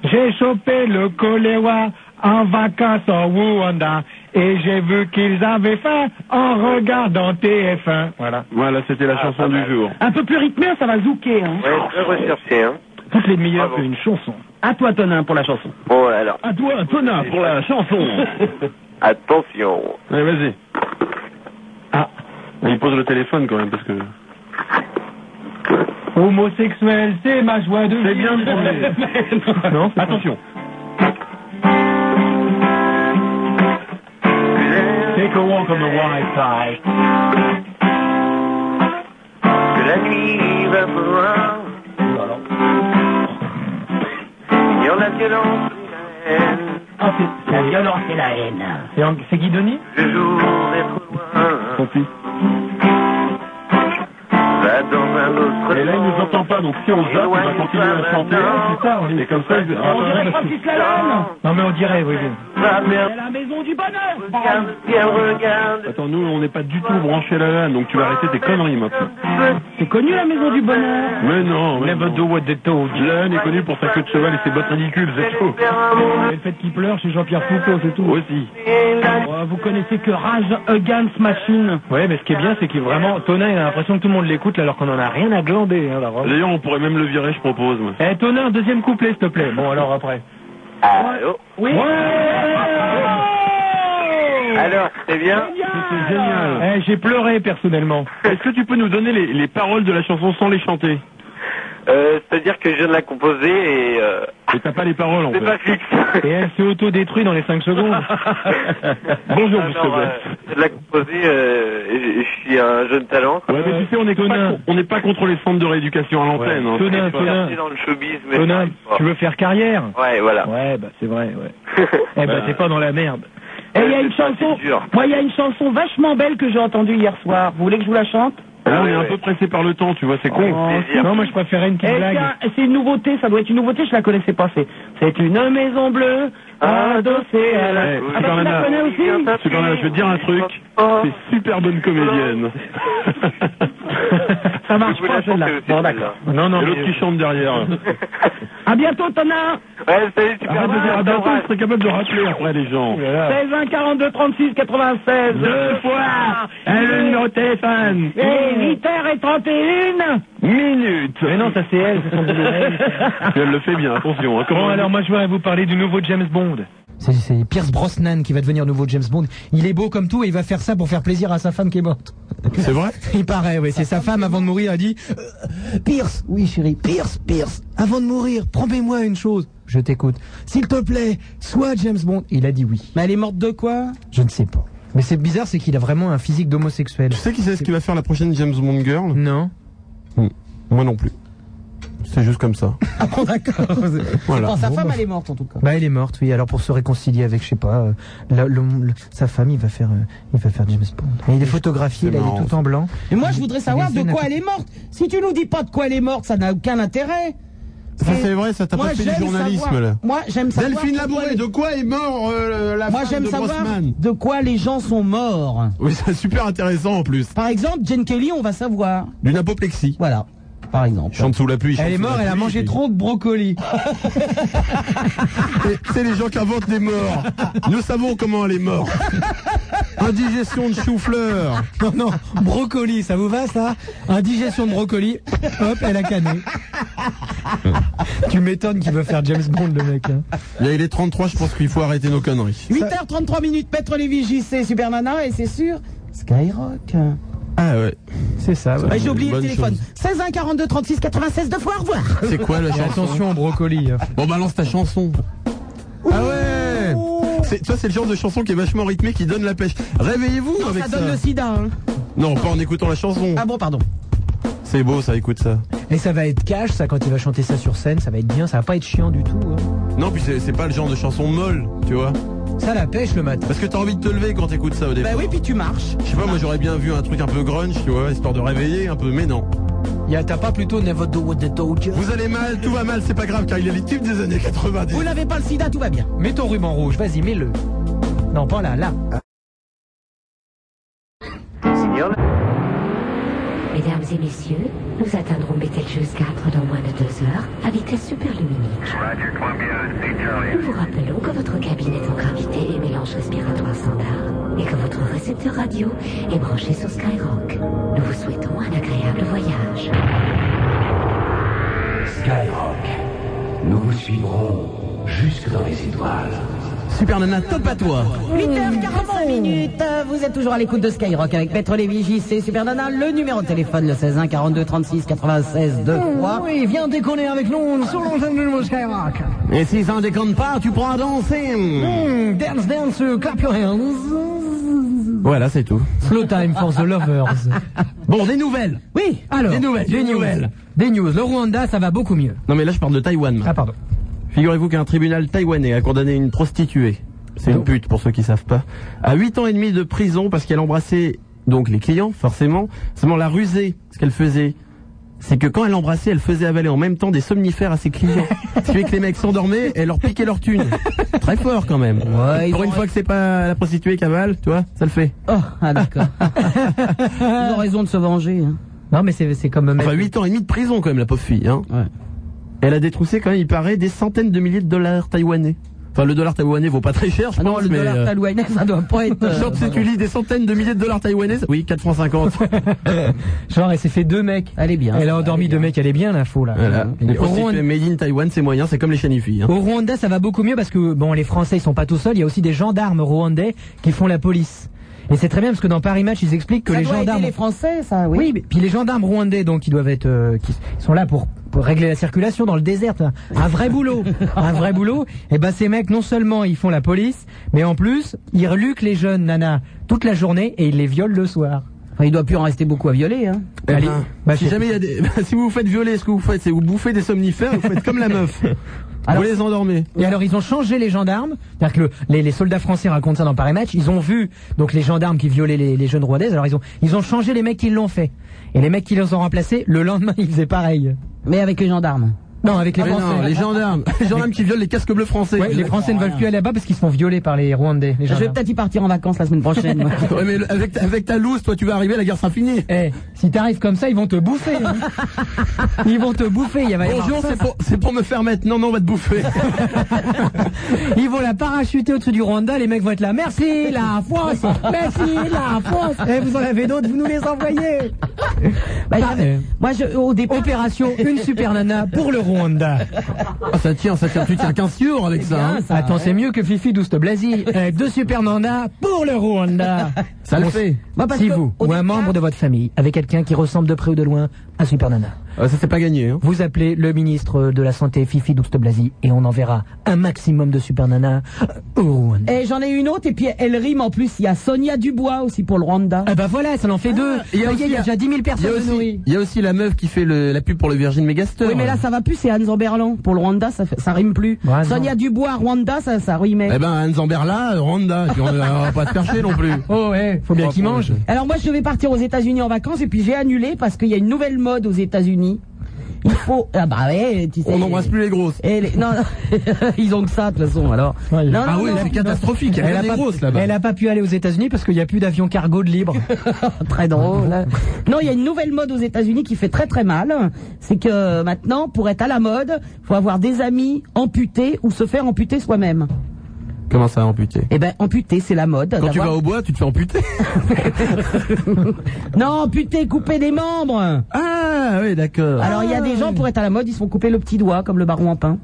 S4: J'ai chopé le choléra en vacances au Rwanda
S15: et j'ai vu qu'ils avaient faim en regardant TF1. Voilà.
S16: Voilà, c'était la chanson du jour.
S14: Un peu plus rythmé, ça va zouker. Hein.
S10: Ouais, très recherché, hein.
S15: Toutes les meilleures qu'une chanson.
S14: À toi, Tonin, pour la chanson.
S10: Bon, alors,
S15: À toi, Antonin, pour la chanson.
S10: attention.
S16: Allez, vas-y. Ah. Il pose le téléphone quand même parce que.
S15: Homosexuel, c'est ma joie de
S16: C'est bien
S15: de
S16: premier. Non, attention.
S15: Take a walk on the wild side.
S10: Que la nuit va voir. Il y en a qui l'ont pris la haine.
S14: Ah, c'est la violence et la haine.
S15: C'est en- C'est Guy Denis
S10: Le jour d'être loin. Va dans un autre
S16: Et là, il nous entend pas, donc si on zappe, on va continuer à chanter.
S15: C'est ça, on est comme ça.
S14: On dirait Francis Lalanne.
S15: Ah, Non, mais on dirait, oui.
S10: Va vers-
S14: C'est la maison du bonheur.
S10: Regarde, bien regarde.
S16: Attends, nous, on n'est pas du tout branchés là là, donc tu vas arrêter tes conneries maintenant.
S14: C'est connu, la maison du bonheur.
S16: Mais non, mais non.
S15: what they told
S16: Dylan est connu pour sa queue de cheval et ses bottes ridicules, c'est tout.
S15: Le fait qu'il pleure chez Jean-Pierre Foucault, c'est tout.
S16: Aussi.
S14: Oh, vous connaissez que Rage Against Machine.
S15: Ouais, mais ce qui est bien, c'est qu'il vraiment, Tonin, il a l'impression que tout le monde l'écoute, alors qu'on en a rien à glander, hein, là, vraiment.
S16: D'ailleurs, on pourrait même le virer, je propose. moi.
S15: Eh, Tonin, deuxième couplet, s'il te plaît. Bon, alors après.
S10: Allô
S14: Oui.
S10: Alors, c'est bien
S16: C'est génial.
S15: Eh, j'ai pleuré, personnellement.
S16: Est-ce que tu peux nous donner les, les paroles de la chanson sans les chanter
S10: Euh, C'est-à-dire que je viens de la composer et... euh,
S16: Et t'as pas les paroles, en
S10: c'est pas
S16: fait.
S10: fixe.
S15: Et elle s'est autodétruite dans les 5 secondes.
S16: Bonjour,
S10: Alors,
S16: monsieur
S10: euh,
S16: Bess.
S10: je viens de la composer, euh, et je je suis un jeune talent.
S16: Ouais, mais tu sais, on n'est pas,
S15: Tonin.
S16: con- on n'est pas contre les centres de rééducation à l'antenne.
S15: Ouais.
S16: hein.
S15: Tonin,
S16: T'inquiète pas.
S15: Tonin.
S10: Percé dans le showbiz, mais...
S15: Tonin,
S10: j'arrive pas.
S15: tu veux faire carrière
S10: Ouais, voilà.
S15: Ouais, bah c'est vrai, ouais. Eh ben, t'es pas dans la merde. Eh,
S14: Et il y a une
S10: Ça, c'est
S14: chanson.
S10: dur.
S14: Moi, il y a une chanson vachement belle que j'ai entendue hier soir. Vous voulez que je vous la chante
S16: Là, on
S10: Ouais,
S16: est un
S10: ouais.
S16: peu pressé par le temps, tu vois, c'est con.
S10: plaisir.
S15: non, moi je préférais une petite
S14: Eh
S15: blague.
S14: bien, c'est une nouveauté, ça doit être une nouveauté, je la connaissais pas. C'est, c'est une maison bleue
S2: Ah,
S14: adossée à la. ah,
S16: Eh,
S14: bah, tu
S16: Supermana.
S14: la connais aussi
S16: Superman, je vais te dire un truc. C'est super bonne comédienne.
S15: Ça marche
S10: Je voulais
S15: pas,
S10: la
S15: celle-là.
S10: chanter aussi,
S15: Bon, d'accord. Non, non,
S16: Et
S15: mais-
S16: l'autre qui chante derrière.
S14: À bientôt, Tonin
S10: Ouais, salut, super.
S16: Arrête de dire à bientôt, je serais capable de rappeler après les gens.
S14: 16 1 42 36 96 deux fois
S16: Eh, le numéro de téléphone
S14: et 8 h 31
S16: Minute
S15: Mais non, ça c'est elle, c'est son boulot.
S16: Elle le fait bien, attention. hein.
S15: Bon,
S16: Comment
S15: alors moi je vais vous parler du nouveau James Bond.
S4: C'est- C'est Pierce Brosnan qui va devenir nouveau James Bond. Il est beau comme tout et il va faire ça pour faire plaisir à sa femme qui est morte.
S1: C'est vrai
S4: Il paraît, oui. C'est sa femme, avant de mourir, a dit euh, Pierce, oui chérie, Pierce, Pierce, avant de mourir, promets-moi une chose. Je t'écoute. S'il te plaît, sois James Bond. Il a dit oui.
S2: Mais elle est morte de quoi
S4: Je ne sais pas. Mais c'est bizarre, c'est qu'il a vraiment un physique d'homosexuel.
S1: Tu sais qui c'est ce qui va faire la prochaine James Bond Girl
S2: Mm.
S4: Non.
S1: Moi non plus. C'est juste comme ça.
S2: Ah bon, d'accord.
S1: Voilà.
S2: Bon, sa
S1: Bon,
S2: femme,
S1: bah,
S2: elle est morte en tout cas.
S4: Bah, elle est morte, oui. Alors pour se réconcilier avec, je sais pas, euh, la- le- le- sa femme, il va faire, euh, il va faire James Bond. Et il est photographié,
S1: C'est
S4: là, il
S1: marrant,
S4: est tout en blanc.
S2: Mais moi, je voudrais savoir
S4: Il est
S2: de quoi
S4: zénat-
S2: elle est morte. Si tu nous dis pas de quoi elle est morte, ça n'a aucun intérêt.
S1: Ça c'est vrai, ça t'a
S2: Moi,
S1: pas fait du
S2: j'aime
S1: journalisme
S2: savoir-
S1: là.
S2: Moi, j'aime savoir.
S1: Delphine
S2: de quoi
S1: Labouré,
S2: les-
S1: de quoi est mort euh, la
S2: Moi,
S1: femme
S2: j'aime
S1: de
S2: savoir
S1: Brosnan
S2: de quoi les gens sont morts.
S1: Oui, c'est super intéressant en plus.
S2: Par exemple, Jane Kelly, on va savoir.
S1: D'une apoplexie.
S2: Voilà. Par exemple.
S1: Chante sous la pluie. chante
S4: Elle est
S1: sous la
S4: morte, elle a
S1: pluie,
S4: mangé
S1: puis-
S4: trop de brocoli.
S1: Et C'est les gens qui inventent les morts. Nous savons comment elle est morte. Indigestion de chou-fleur.
S4: Non, non, brocoli, ça vous va ça Indigestion de brocoli, hop, elle a cané. tu m'étonnes qu'il veut faire James Bond le mec. hein.
S1: Là, il est 33, je pense qu'il faut arrêter nos conneries.
S2: 8h33 minutes, Maître Lévy, JC, Super Nana, et c'est sûr, Skyrock.
S1: Ah ouais.
S4: C'est ça. ouais.
S1: Ah,
S2: Ouais, J'ai oublié le
S1: bonne
S2: téléphone.
S1: chose.
S2: 16 1 42 36 96, deux fois, au revoir.
S1: C'est quoi la
S4: Et
S1: chanson
S4: attention au brocoli. hein.
S1: Bon, balance ta chanson. Ah ouais
S4: Oh.
S1: c'est, Ça, c'est le genre de chanson qui est vachement rythmée, qui donne la pêche. Réveillez-vous avec
S2: ça
S1: ça.
S2: donne le sida. hein.
S1: Non, pas en écoutant la chanson.
S2: Ah bon, pardon.
S1: C'est beau, ça, écoute ça.
S4: Et ça va être cash, ça quand il va chanter ça sur scène, ça va être bien, ça va pas être chiant du tout. hein.
S1: Non, puis c'est, c'est pas le genre de chanson molle, tu vois.
S4: Ça la pêche le matin.
S1: Parce que t'as envie de te lever quand t'écoutes ça au
S2: Bah
S1: départ.
S2: oui, puis tu marches.
S1: Je sais pas, moi j'aurais bien vu un truc un peu grunge, tu vois, histoire de réveiller un peu, mais non.
S4: Y a- T'as pas plutôt Never Do What They Told You
S1: Vous allez mal, tout va mal, c'est pas grave, car il est les types des années 90.
S2: Vous n'avez pas le sida, tout va bien.
S4: Mets ton ruban rouge, vas-y, mets-le. Non, pas là, là.
S3: Mesdames et messieurs, nous atteindrons Betelgeuse 4 dans moins de deux heures à vitesse superluminique. Nous vous rappelons que votre cabine est en gravité et mélange respiratoire standard
S5: Votre récepteur radio est branché sur Skyrock. Nous vous souhaitons un agréable voyage.
S9: Skyrock, nous vous suivrons jusque dans les étoiles.
S1: Super Nana, top à toi.
S2: 8h45 minutes, vous êtes toujours à l'écoute de Skyrock avec Maître Lévy, JC, Super Nana, le numéro de téléphone, le 16 1 42 36 96 2 3.
S4: Oh, Oui, viens déconner avec nous sur l'antenne de nouveau Skyrock.
S1: Et si ça ne déconne pas, tu pourras danser.
S4: Hmm, dance, dance, clap your hands.
S1: Voilà, c'est tout.
S4: Slow time for the lovers.
S1: Bon, des nouvelles.
S4: Oui, alors.
S1: Des nouvelles, des
S4: news.
S1: nouvelles.
S4: Des news. Le Rwanda, ça va beaucoup mieux.
S1: Non mais là je parle de Taïwan. maintenant.
S4: Ah, pardon.
S1: Figurez-vous qu'un tribunal taïwanais a condamné une prostituée, c'est
S2: Oh.
S1: une pute pour ceux qui savent pas, à 8 ans et demi de prison parce qu'elle embrassait donc les clients, forcément, seulement la rusée, ce qu'elle faisait. C'est que quand elle embrassait, elle faisait avaler en même temps des somnifères à ses clients. Ce qui fait que les mecs s'endormaient et leur piquaient leur thune. Très fort quand même.
S4: ils
S1: Pour une fois que c'est pas la prostituée qui avale, tu vois, ça le fait.
S2: Oh, ah d'accord. Ils ont raison de se venger. hein.
S4: Non, mais c'est c'est comme. euh,
S1: Enfin, 8 ans et demi de prison quand même, la pauvre fille. Hein. Elle a détroussé quand même, il paraît, des centaines de milliers de dollars taïwanais. Enfin, le dollar taïwanais vaut pas très cher, je
S2: Ah non,
S1: pense,
S2: le
S1: mais...
S2: dollar
S1: euh,
S2: taïwanais, ça doit pas être... euh,
S1: Genre, si tu lis des centaines de milliers de dollars taïwanais, oui, 4 francs 50.
S4: Genre, elle s'est fait deux mecs.
S2: Elle est bien.
S4: Ah, Elle a endormi deux mecs, elle est bien l'info là.
S1: voilà.
S4: Et
S1: Les
S4: Au, Rwanda,
S1: prostituées made in Taïwan, c'est moyen, c'est comme les chanifi. Hein.
S4: au Rwanda, ça va beaucoup mieux parce que bon, les Français ils sont pas tout seuls. Il y a aussi des gendarmes rwandais qui font la police. Et c'est très bien parce que dans Paris Match, ils expliquent que
S2: ça
S4: les
S2: doit aider
S4: gendarmes.
S2: les Français, ça, oui.
S4: Oui, mais- puis les gendarmes rwandais, donc, qui doivent être, euh, qui sont là pour, pour régler la circulation dans le désert, là. un vrai boulot, un vrai boulot. Et ben ces mecs, non seulement ils font la police, mais en plus ils reluquent les jeunes nanas toute la journée et ils les violent le soir.
S2: Enfin, il doit plus en rester beaucoup à violer. Hein.
S1: Eh ben,
S4: Allez, bah,
S1: si
S4: c'est-
S1: jamais il y a des... si vous vous faites violer, ce que vous faites, c'est vous bouffez des somnifères, vous faites comme la meuf.
S4: Alors-
S1: vous les endormez.
S4: Et alors ils ont changé les gendarmes, c'est-à-dire que le- les, les soldats français racontent ça dans Paris Match, ils ont vu donc les gendarmes qui violaient les, les jeunes rwandaises, alors ils ont ils ont changé les mecs qui l'ont fait. Et les mecs qui les ont remplacés, le lendemain ils faisaient pareil.
S2: Mais avec les gendarmes.
S4: Non, avec les
S1: Mais
S4: Français.
S1: Ah non, les gendarmes, les gendarmes qui violent les casques bleus français.
S4: Ouais, les Français ne veulent plus aller là-bas parce qu'ils se font violer par les Rwandais. Les
S2: Je vais
S4: gendarmes.
S2: peut-être y partir en vacances la semaine prochaine. moi.
S1: Ouais, mais le- avec, ta- avec ta loose, toi, tu vas arriver, la guerre sera finie.
S4: Eh, si t'arrives comme ça, ils vont te bouffer. hein. ils vont te bouffer. Il va y avoir
S1: Bonjour,
S4: ça.
S1: c'est pour, c'est pour me faire mettre. Non, non, on va te bouffer.
S4: Ils vont la parachuter au-dessus du Rwanda. Les mecs vont être là. Merci la France. Merci la France. Eh, vous en avez d'autres, vous nous les envoyez.
S2: Bah,
S4: Par-
S2: j'avais- Moi, je, au départ,
S4: Opération une super nana pour le Rwanda.
S1: Ah, ça tient, ça tient, tu tiens 15 jours avec ça. hein.
S4: Attends, c'est mieux que Fifi douce Blasi. Eh, deux super nanas pour le Rwanda.
S1: Ça le
S4: On-
S1: fait.
S2: Moi, parce
S4: si
S2: que,
S4: vous
S2: au
S4: ou un
S2: départ-
S4: membre de votre famille avec quelqu'un qui ressemble de près ou de loin à Super Nana,
S1: Ah, ça, c'est pas gagné. Hein.
S4: Vous appelez le ministre de la Santé, Fifi Douste-Blazy, et on enverra un maximum de super nanas au Rwanda.
S2: eh, j'en ai une autre et puis elle rime en plus. Il y a Sonia Dubois aussi pour le Rwanda.
S4: Ah bah voilà, ça en fait deux.
S1: il y a
S4: Voyez,
S1: aussi
S4: il y a
S1: la-
S4: déjà 10 000
S1: Il y, a
S4: personnes
S1: aussi,
S4: nourries.
S1: il y a aussi la meuf qui fait le- la pub pour le Virgin Megastore.
S2: Oui, mais là, ça va plus, c'est Anne Zamberlan. Pour le Rwanda, ça, fait- ça rime plus.
S4: Ouais, non.
S2: Sonia Dubois, Rwanda, ça, ça rimait.
S1: Eh ben, Anne Zamberla, Rwanda, puis on euh, on va pas te percher non plus.
S4: Oh ouais, faut bien qu'ils mangent.
S2: Alors moi, je vais partir aux États-Unis en vacances et puis j'ai annulé parce qu'il y a une nouvelle mode aux États-Unis. Il faut ah bah ouais, tu sais.
S1: On n'embrasse plus les grosses.
S2: Eh, les- non, ils ont que ça de toute façon alors.
S4: Ouais.
S2: non,
S1: Ah oui, c'est catastrophique, il y a que des grosses là-bas.
S4: elle a pas pu aller aux États-Unis parce qu'il n'y a plus d'avion cargo de libre.
S2: très drôle. hein. Non, il y a une nouvelle mode aux États-Unis qui fait très très mal. C'est que maintenant, pour être à la mode, faut avoir des amis amputés ou se faire amputer soi-même.
S1: Comment ça, amputé
S2: Eh ben, amputé, c'est la mode.
S1: Quand tu vas
S2: d'avoir-
S1: au bois, tu te fais amputer.
S2: Non, amputé, couper des membres.
S1: Ah oui, d'accord.
S2: Alors, il y a des gens pour être à la mode, ils se font couper le petit doigt comme le baron en pain.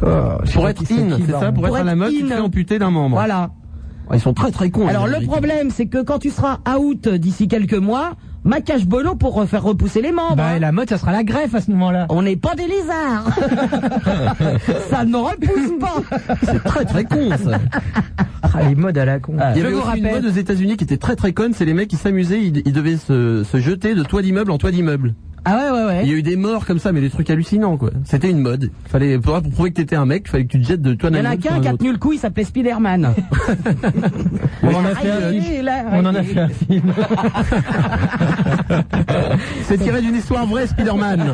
S1: pour être in, c'est ça, pour,
S2: Pour
S1: être à la
S2: être
S1: mode, tu te
S2: in.
S1: fais amputer d'un membre.
S2: Voilà.
S1: Ah, Ils sont très très cons. les
S2: Alors le
S1: Américains.
S2: problème, c'est que quand tu seras out d'ici quelques mois, maquage bolo pour euh, faire repousser les membres.
S4: Bah
S2: hein.
S4: et la mode, ça sera la greffe à ce moment-là.
S2: On n'est pas des lézards. ça ne repousse pas.
S1: c'est très très con ça.
S4: Ah, les modes à la con.
S1: Il y
S4: Je
S1: avait
S4: vous
S1: aussi une mode
S4: rappelle.
S1: aux États-Unis qui était très très conne, c'est les mecs qui s'amusaient, ils, ils devaient se, se jeter de toit d'immeuble en toit d'immeuble.
S2: Ah ouais ouais ouais.
S1: Il y a eu des morts comme ça, mais des trucs hallucinants quoi. C'était une mode. Fallait pour, pour prouver que t'étais un mec, fallait que tu te jettes de toit
S2: Il y en
S1: d'immeuble.
S2: a qu'un qui a tenu le coup, il s'appelait Spider-Man.
S4: On en a fait un film.
S2: Arrêtez, Ah, là,
S4: On en a
S2: arrêtez.
S4: fait un film.
S1: C'est tiré d'une histoire vraie, Spider-Man.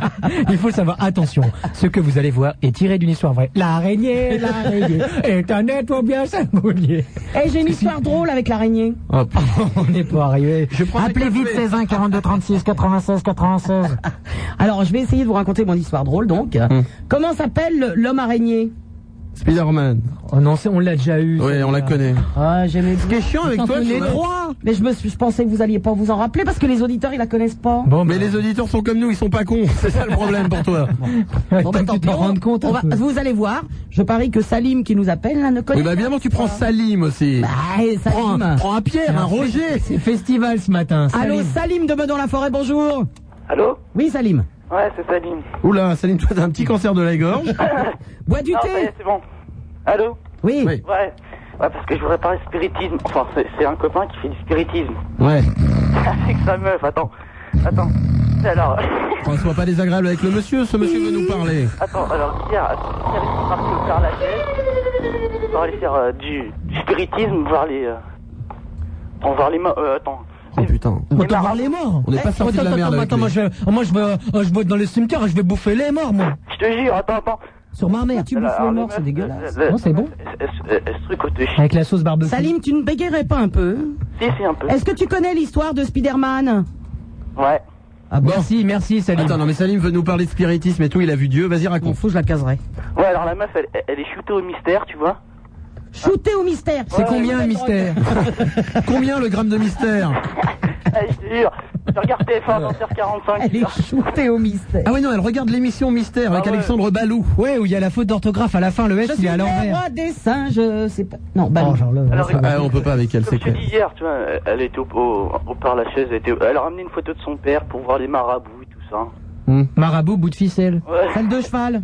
S4: Il faut le savoir. Attention, ce que vous allez voir est tiré d'une histoire vraie. L'araignée, l'araignée est un être bien singulier.
S2: Eh, j'ai une histoire drôle avec l'araignée.
S1: Oh, putain.
S4: On n'est pas arrivé.
S1: Je prends
S4: Appelez
S1: un café.
S4: vite 16 1 42 36 96 96.
S2: Ah. Hum. Alors je vais essayer de vous raconter mon histoire drôle donc. Comment s'appelle l'homme araignée
S1: Spider-Man.
S4: Oh non, c'est- on l'a déjà eu.
S1: Oui, on la connaît.
S2: Ah, j'aimais Ce
S1: qui est chiant avec toi,
S2: les
S1: c'est vrai.
S2: trois. Mais je me suis, je pensais que vous alliez pas vous en rappeler parce que les auditeurs ils la connaissent pas.
S1: Bon, mais
S4: bah,
S1: les auditeurs sont comme nous, ils sont pas cons. C'est ça le problème pour toi.
S2: Bon, bah, tant pis, on- on va- vous allez voir. Je parie que Salim qui nous appelle là ne connaît.
S1: Oui, bah évidemment, tu prends Salim aussi.
S2: Ah, et Salim.
S1: prends un Pierre, un Roger.
S4: C'est festival ce matin.
S2: Allô, Salim de Meudon-la-Forêt, bonjour.
S10: Allô
S2: Oui, Salim.
S10: Ouais, c'est Salim.
S1: Oula, Salim, toi, t'as un petit cancer de la gorge.
S2: Bois du
S10: Non,
S2: thé.
S10: ça y est, C'est bon. Allô
S2: Oui.
S10: Ouais. Ouais, parce que je voudrais parler de spiritisme. Enfin, c'est- c'est un copain qui fait du spiritisme.
S1: Ouais.
S10: Avec sa meuf, attends. Attends. Alors,
S1: Enfin, sois pas désagréable avec le monsieur, ce monsieur veut nous parler.
S10: attends, alors, Pierre, Pierre, il est parti au Carlatel. On va aller faire euh, du, du spiritisme, voir les. euh, on va voir les. ma- euh, attends.
S1: Oh putain.
S4: Autant voir les morts.
S1: On n'est pas
S4: Eh,
S1: sorti de
S4: attends,
S1: la merde
S4: attends,
S1: avec
S4: attends, moi
S1: lui.
S4: je, oh, moi je vais, oh, je vais dans les cimetières, je vais bouffer les morts, moi.
S10: Je te jure, attends, attends.
S4: Sur ma mère, tu
S10: Alors,
S4: bouffes les
S10: le
S4: morts,
S10: mec,
S4: c'est dégueulasse.
S10: le- le-
S4: Non, c'est bon.
S10: Ce, euh, ce truc au
S4: Avec la sauce barbecue.
S2: Salim, tu ne bégayerais pas un peu
S10: Si, si, un peu.
S2: Est-ce que tu connais l'histoire de Spider-Man
S10: Ouais.
S4: Ah, Merci, merci, Salim.
S1: Attends, non, mais Salim veut nous parler de spiritisme et tout, il a vu Dieu, vas-y, raconte.
S2: Faut que je la caserai.
S4: Ah
S10: Ouais, alors la meuf, elle, elle est shootée au mystère, tu vois.
S2: Shooter au mystère.
S1: C'est combien le mystère Combien le gramme de mystère
S10: Eh, je te jure, je regarde TF1 20h45.
S2: Elle est shootée au mystère.
S1: Ah oui, non, elle regarde l'émission Mystère avec
S10: Ah ouais.
S1: Alexandre Balou.
S4: Ouais, où il y a la faute d'orthographe à la fin, le S
S2: Je
S4: il
S2: suis
S4: est
S1: Ah
S4: à
S2: le
S4: l'envers.
S2: roi des singes, c'est pas... Non, bah
S4: Oh,
S2: non.
S4: genre, là,
S10: Alors,
S4: ça va.
S1: Ah, on peut pas avec elle, c'est
S10: Comme je te
S1: clair.
S10: dis hier, tu vois, elle était au, au, au Père-Lachaise, elle, était, elle a ramené une photo de son père pour voir les marabouts et tout ça.
S4: Marabout, bout de ficelle.
S10: Ouais.
S2: Salle de cheval,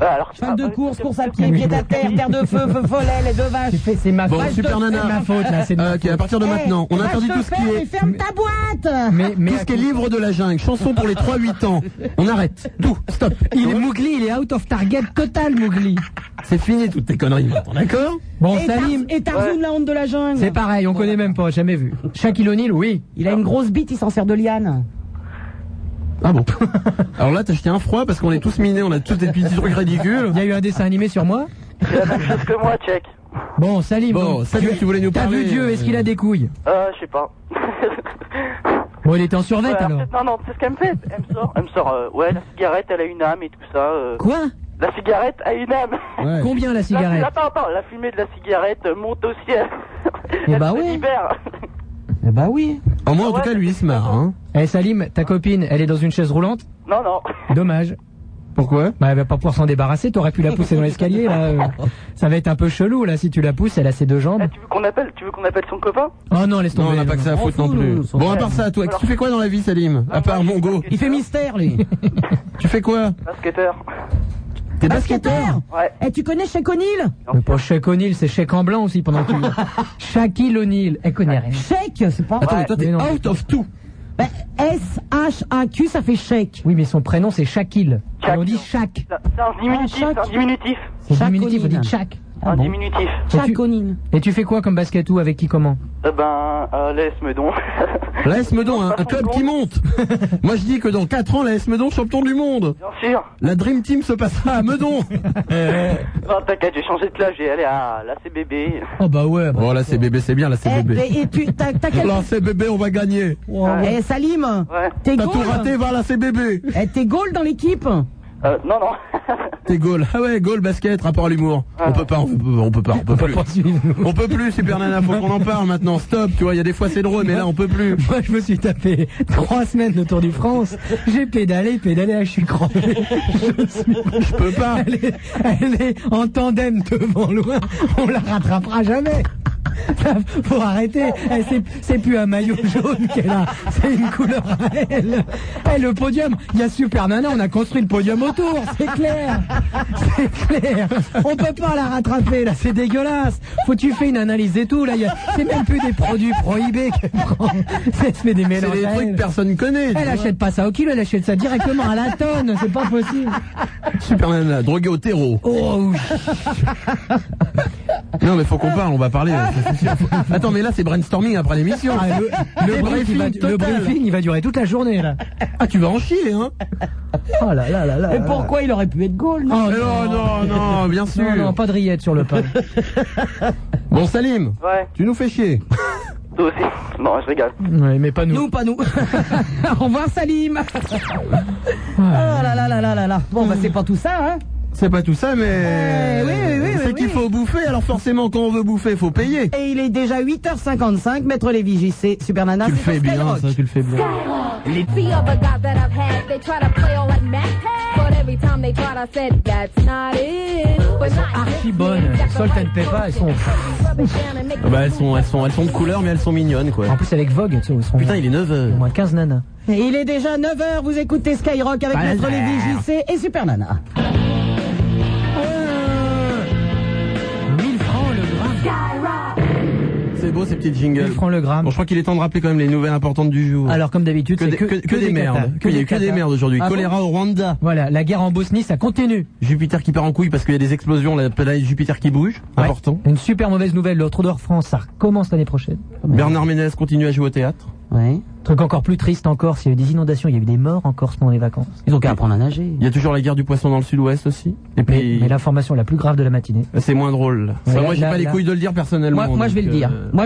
S10: Ouais, alors, tu
S2: cheval de
S10: ah,
S2: course,
S10: bah,
S2: course à pied, pied à terre, terre de feu, feu follet, les deux vaches.
S4: C'est ma
S1: Bon,
S4: faute.
S1: super
S4: C'est ma
S1: nana.
S4: faute, là, c'est de ma
S1: Ah, Ok, à
S4: faute.
S1: partir de maintenant, on
S2: Eh,
S1: interdit
S2: vache
S1: tout
S2: de
S1: ce qui
S2: fer,
S1: est
S2: et Ferme ta boîte
S4: Mais, mais
S1: tout ce qui est livre de la jungle, chanson pour les 3-8 ans. On arrête. Tout, stop.
S4: il est Mowgli, il est out of target total, Mowgli.
S1: C'est fini toutes tes conneries maintenant, d'accord
S4: Bon,
S2: Et Tar-
S4: Salim,
S2: Et Tarzan, la honte de la jungle.
S4: c'est pareil, on connaît même pas, jamais vu. Shaquille O'Neal, oui.
S2: Il a une grosse bite, il s'en sert de liane.
S1: Ah bon Alors là, t'as acheté un froid parce qu'on est tous minés, on a tous des petits trucs ridicules.
S4: Il y a eu un dessin animé sur moi.
S10: C'est la même chose que moi, check.
S4: Bon, Salim,
S1: Bon,
S4: donc,
S1: Salim, tu voulais nous
S4: t'as
S1: parler,
S4: vu Dieu,
S1: euh,
S4: est-ce qu'il a des couilles
S10: Euh, je sais pas.
S4: Bon, il était en survêt,
S10: Ouais,
S4: alors.
S10: alors, non, non, c'est ce qu'elle me fait. Elle me sort, elle me sort euh, ouais, la cigarette, elle a une âme et tout ça. euh.
S4: Quoi
S10: La cigarette a une âme.
S1: euh, Ouais.
S4: Combien la
S10: La-
S4: cigarette
S8: tá
S10: attends, attends, la fumée de la cigarette euh, monte au ciel.
S4: Eh
S10: Elle
S4: bah
S10: se
S4: ouais.
S10: libère.
S4: Eh Bah oui.
S1: En moi, en tout cas, lui, il se marre. Hein.
S4: Eh, Salim, ta copine, elle est dans une chaise roulante
S10: Non, non.
S4: Dommage.
S1: Pourquoi
S4: Bah, elle va pas pouvoir s'en débarrasser, t'aurais pu la pousser dans l'escalier, là. euh. Ça va être un peu chelou, là, si tu la pousses, elle a ses deux jambes.
S10: Eh, tu veux qu'on appelle, tu veux qu'on appelle son copain
S4: Oh non, laisse
S1: Non,
S4: tomber.
S1: on n'a pas que ça à
S2: on
S1: foutre
S2: fout,
S1: non plus.
S2: nous, nous,
S1: Bon, à part ça, toi, tu fais quoi dans la vie, Salim À part Mongo.
S2: Il fait mystère, lui.
S1: Tu fais quoi
S10: Basketteur.
S1: T'es
S2: Basketteur
S1: basketteur
S10: Ouais.
S2: Et tu connais Shaq O'Neal
S4: Mais pas Shaq O'Neal, c'est Shaq en blanc aussi pendant que tu. Shaquille O'Neal, elle connaît rien.
S2: Shaq, c'est pas...
S1: Attends, mais toi,
S4: mais
S1: t'es
S4: non.
S1: out of tout.
S2: Bah, S-H-A-Q, ça fait Shaq.
S4: Oui, mais son prénom c'est Shaquille. Et
S10: Shaq.
S4: on dit Shaq.
S10: C'est un- c'est un diminutif,
S2: Ah,
S10: c'est un
S2: Shaq.
S10: diminutif.
S4: C'est
S2: Shaq
S4: diminutif, on
S2: O'Neal.
S4: dit Shaq.
S10: un diminutif.
S4: Et tu-
S2: Shaq O'Neal.
S4: Et tu fais quoi comme basketou avec qui comment
S10: Eh ben, euh, laisse me donc.
S1: La S Meudon, un, un club qui monte. Moi, je dis que dans 4 ans, la S Meudon, champion du monde.
S10: Bien sûr.
S1: La Dream Team se passera à Meudon.
S10: Non, t'inquiète, j'ai changé de classe, j'ai allé à la CBB.
S4: Oh bah ouais.
S1: Bon, là, c'est bébé, c'est bien, là, c'est
S2: Eh,
S1: bébé.
S2: mais- et tu, t'as, t'as quel...
S1: Là, c'est bébé, on va gagner.
S2: Eh, Salim,
S10: Ouais.
S2: t'es
S1: T'as tout
S2: goal
S1: raté, va là, c'est bébé.
S2: Eh, T'es goal dans l'équipe
S10: Euh, non, non.
S1: T'es goal. Ah ouais, goal, basket, rapport à l'humour. On peut pas, on peut, on peut pas, Ah. on peut plus. On peut plus, Super Nana, faut qu'on en parle maintenant. Stop, tu vois, il y a des fois c'est drôle, mais là, on peut plus.
S4: Moi, je me suis tapé trois semaines de Tour du France. J'ai pédalé, pédalé, là, je suis crevé. Je suis-
S1: Je peux pas.
S4: Elle est, elle est en tandem devant loin. On la rattrapera jamais. Ça, Faut arrêter. Elle, c'est- C'est plus un maillot jaune qu'elle a. C'est une couleur à elle. Eh, le podium, il y a Super Nana. On a construit le podium autour. C'est clair. C'est clair. On peut pas la rattraper. Là, c'est dégueulasse. Faut que tu fais une analyse et tout. Là, il y a- c'est même plus des produits prohibés qu'elle prend. Elle se fait des
S1: C'est
S4: mélanges.
S1: des
S4: à
S1: trucs que
S4: elle.
S1: personne connaît. tu
S4: Elle
S1: vois.
S4: achète pas ça au kilo, elle achète ça directement à la tonne, c'est pas possible.
S1: Super Nana, drogué au terreau.
S4: Oh,
S1: Non, mais faut qu'on parle, on va parler. là, ça, c'est sûr. Attends, mais là, c'est brainstorming après l'émission.
S4: Ah, le, le
S1: Débriefing
S4: brief, il va- le
S1: total.
S4: briefing, il va durer toute la journée là.
S1: Ah, tu vas en chier, hein
S4: Oh là là là là.
S2: Et pourquoi il aurait pu être goal non
S4: Oh,
S1: Mais
S4: non,
S1: Non, Eh, non, non, bien sûr.
S4: non, non, pas de rillettes sur le pain.
S1: Bon, Salim,
S10: Ouais,
S1: tu nous fais chier.
S10: toi aussi. Non, je rigole.
S4: Ouais, mais pas nous.
S2: Nous, pas nous. Oh Au revoir, Salim. Ah là là là là là là. Bon, bah, c'est pas tout ça, hein.
S1: C'est pas tout ça, mais
S4: Eh,
S1: c'est qu'il faut bouffer. Alors forcément, quand on veut bouffer, faut payer.
S2: Et il est déjà 8h55, Maître Lévy, JC, Super Nana,
S1: Tu le
S2: c'est
S1: fais
S2: sur
S1: bien,
S2: Skyrock.
S1: ça, tu le fais bien.
S17: The other guy that I've had, they try to play all like Mac. But every time they tried, I said, that's not it. But not
S4: Si bonne, Salt and Pepper, elles sont.
S1: Ah Bah elles sont, elles sont, elles sont de couleur, mais elles sont mignonnes quoi.
S4: En plus avec Vogue, tu sais, elles sont.
S1: Putain, il est euh. 9h.
S4: Au moins 15 nanas.
S2: Et Il est déjà 9h, vous écoutez Skyrock avec
S1: Bah,
S4: Pas
S2: Maître
S4: l'heure.
S2: Lévy, JC et Super Nana.
S4: 1000 francs le
S1: C'est beau ces petites jingles.
S4: francs le gramme.
S1: Bon, je crois qu'il est temps de rappeler quand même les nouvelles importantes du jour.
S4: Alors comme d'habitude,
S1: Que
S4: c'est
S1: des-
S4: que,
S1: que- que des merdes.
S4: catas.
S1: Que- il y a eu que des
S4: catas.
S1: merdes aujourd'hui.
S4: Ah bon
S1: Choléra au Rwanda.
S4: Voilà, la guerre en Bosnie, ça continue.
S1: Jupiter qui part en couille parce qu'il y a des explosions, la planète Jupiter qui bouge.
S4: Ouais.
S1: Important.
S4: Une super mauvaise nouvelle, le Trou d'Or France, ça recommence l'année prochaine.
S1: Bernard Ménez continue à jouer au théâtre.
S4: Truc encore plus triste encore, s'il y a eu des inondations, il y a eu des morts en Corse pendant les vacances.
S2: Ils ont qu'à apprendre à nager.
S1: Il y a toujours la guerre du poisson dans le sud-ouest aussi. Et puis bah,
S4: Mais l'information la plus grave de la matinée.
S1: c'est moins drôle. Enfin,
S4: Là,
S1: moi j'ai
S4: là,
S1: pas les
S4: là.
S1: couilles de le dire personnellement. donc, euh,
S4: Moi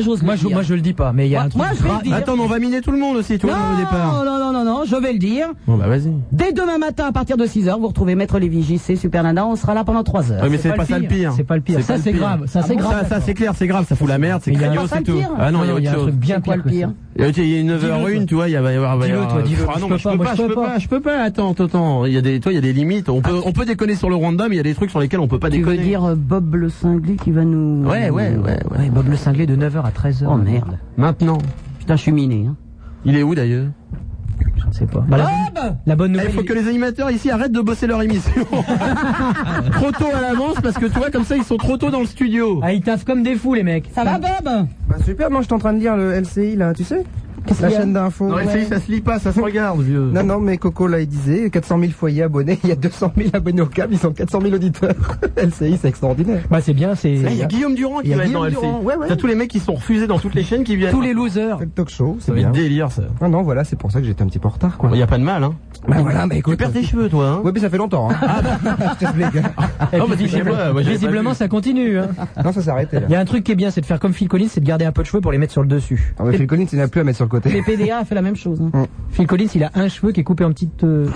S4: j'ose moi, je- moi je le dis pas, mais il y a un truc. grave.
S1: Attends, mais on va miner tout le monde aussi, toi, au départ.
S2: Non, non, non, non, non, je vais le dire.
S1: Bon bah vas-y.
S2: Dès demain matin, à partir de 6h, vous retrouvez Maître Lévy, JC, Super Nana, on sera là pendant 3 heures.
S1: Ouais, mais c'est pas, ça le pire.
S4: C'est pas le pire. Ça,
S1: pas le
S4: c'est grave. Ça,
S1: Ah
S4: c'est
S1: bon
S4: grave.
S1: Ça, ça, c'est clair, c'est grave. Ça fout la merde. C'est
S4: Mais il y a
S1: craignos,
S4: pas
S1: c'est
S4: le
S1: tout.
S4: pire.
S1: Ah non, il y a
S4: Non, il y
S1: autre
S4: a un
S1: chose.
S4: truc bien
S1: C'est quoi
S4: pire que ça
S1: Et tu- Il y a 9h01, tu vois, il va y avoir. il va y
S4: Dis-le,
S1: avoir-
S4: toi, dis-le.
S1: Ah
S4: Je
S1: non,
S4: peux
S1: mais je
S4: pas,
S1: peux
S4: moi,
S1: pas, je peux pas, je peux pas. Attends, attends, attends. Il y a des, toi, il y a des limites. On peut, on peut déconner sur le Rwanda, mais il y a des trucs sur lesquels on peut pas
S2: Tu
S1: déconner.
S2: veux dire euh, Bob le cinglé qui va nous...
S1: Ouais, ouais, ouais, ouais.
S4: Ouais, Bob le cinglé de 9h à 13h.
S2: Oh merde.
S1: Maintenant.
S2: Putain, je suis miné. Hein.
S1: Il est où d'ailleurs
S4: Je ne sais pas. Bah, la, bonne, la bonne
S1: Eh,
S4: nouvelle.
S1: Il faut que les animateurs ici arrêtent de bosser leur émission. trop tôt à l'avance parce que tu vois comme ça ils sont trop tôt dans le studio.
S4: Ah, ils taffent comme des fous, les mecs.
S2: Ça va, Bob
S18: Bah super, non, je suis en train de lire le LCI là, tu sais La
S2: qu'il y a
S18: chaîne d'infos.
S1: Non, essaye, ça se lit pas, ça se regarde, vieux.
S18: Non, non, mais Coco là, il disait 400 000 foyers abonnés, il y a 200 000 abonnés au câble, ils ont 400 000 auditeurs. LCI, c'est extraordinaire.
S4: Bah, c'est bien, c'est.
S1: Eh, Il y a Guillaume Durand
S18: Il
S1: qui
S18: y a
S1: va être dans
S18: Guillaume
S1: LCI.
S18: Durand, ouais, ouais.
S1: T'as tous les mecs qui sont refusés dans toutes les chaînes qui viennent.
S4: Tous les losers.
S18: C'est le talk show, c'est
S1: Ça va être
S18: bien.
S1: délire ça.
S18: Ah non, voilà, c'est pour ça que j'étais un petit peu en retard quoi.
S1: Il y a pas de mal hein.
S18: Bah voilà, mais écoute.
S1: Tu perds tes cheveux toi hein.
S18: Ouais, mais ça fait longtemps. Hein. Je te blague.
S4: Et
S1: Non,
S4: puis,
S1: parce que chez
S4: visiblement-
S1: moi, moi, j'avais pas
S4: visiblement,
S1: vu.
S4: ça continue. hein.
S18: Non, ça s'est arrêté là.
S4: Il y a un truc qui est bien, c'est de faire comme Phil Collins, c'est de garder un peu de cheveux pour les mettre sur le dessus.
S18: Ah, mais Phil Collins, il n'a plus à mettre sur le
S2: Les
S18: côté.
S2: PDA a fait la même chose. hein.
S4: Phil Collins, il a un cheveu qui est coupé en petites. euh,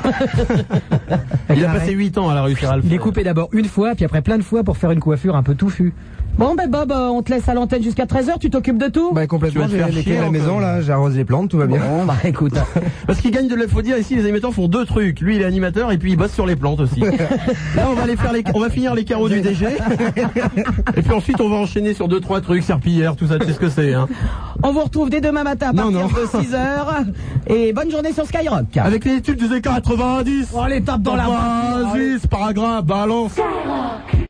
S4: avec
S1: Il a
S4: un
S1: passé
S4: ré-
S1: 8 ans à la réussir à le
S4: Il est
S1: faire.
S4: coupé d'abord une fois, puis après plein de fois pour faire une coiffure un peu touffue.
S2: Bon, ben Bob, euh, on te laisse à l'antenne jusqu'à 13h, tu t'occupes de tout
S18: Bah complètement,
S1: Tu vas te
S18: j'ai
S1: faire chier,
S18: l'été à la
S1: encore.
S18: maison là, j'arrose les plantes, tout va bien.
S2: Bon, bah écoute.
S1: hein. Parce qu'il gagne de la, faut dire ici, les animateurs font deux trucs. Lui, il est animateur et puis il bosse sur les plantes aussi. Là, on va aller faire les, on va finir les carreaux du DG. Et puis ensuite, on va enchaîner sur deux, trois trucs, serpillière, tout ça, tu sais ce que c'est, hein.
S2: On vous retrouve dès demain matin à
S1: Non,
S2: partir
S1: non.
S2: de 6h. Et bonne journée sur Skyrock.
S1: Avec les études des années 90.
S2: Oh, les tapes dans la
S1: Vas-y, c'est paragraphe, balance.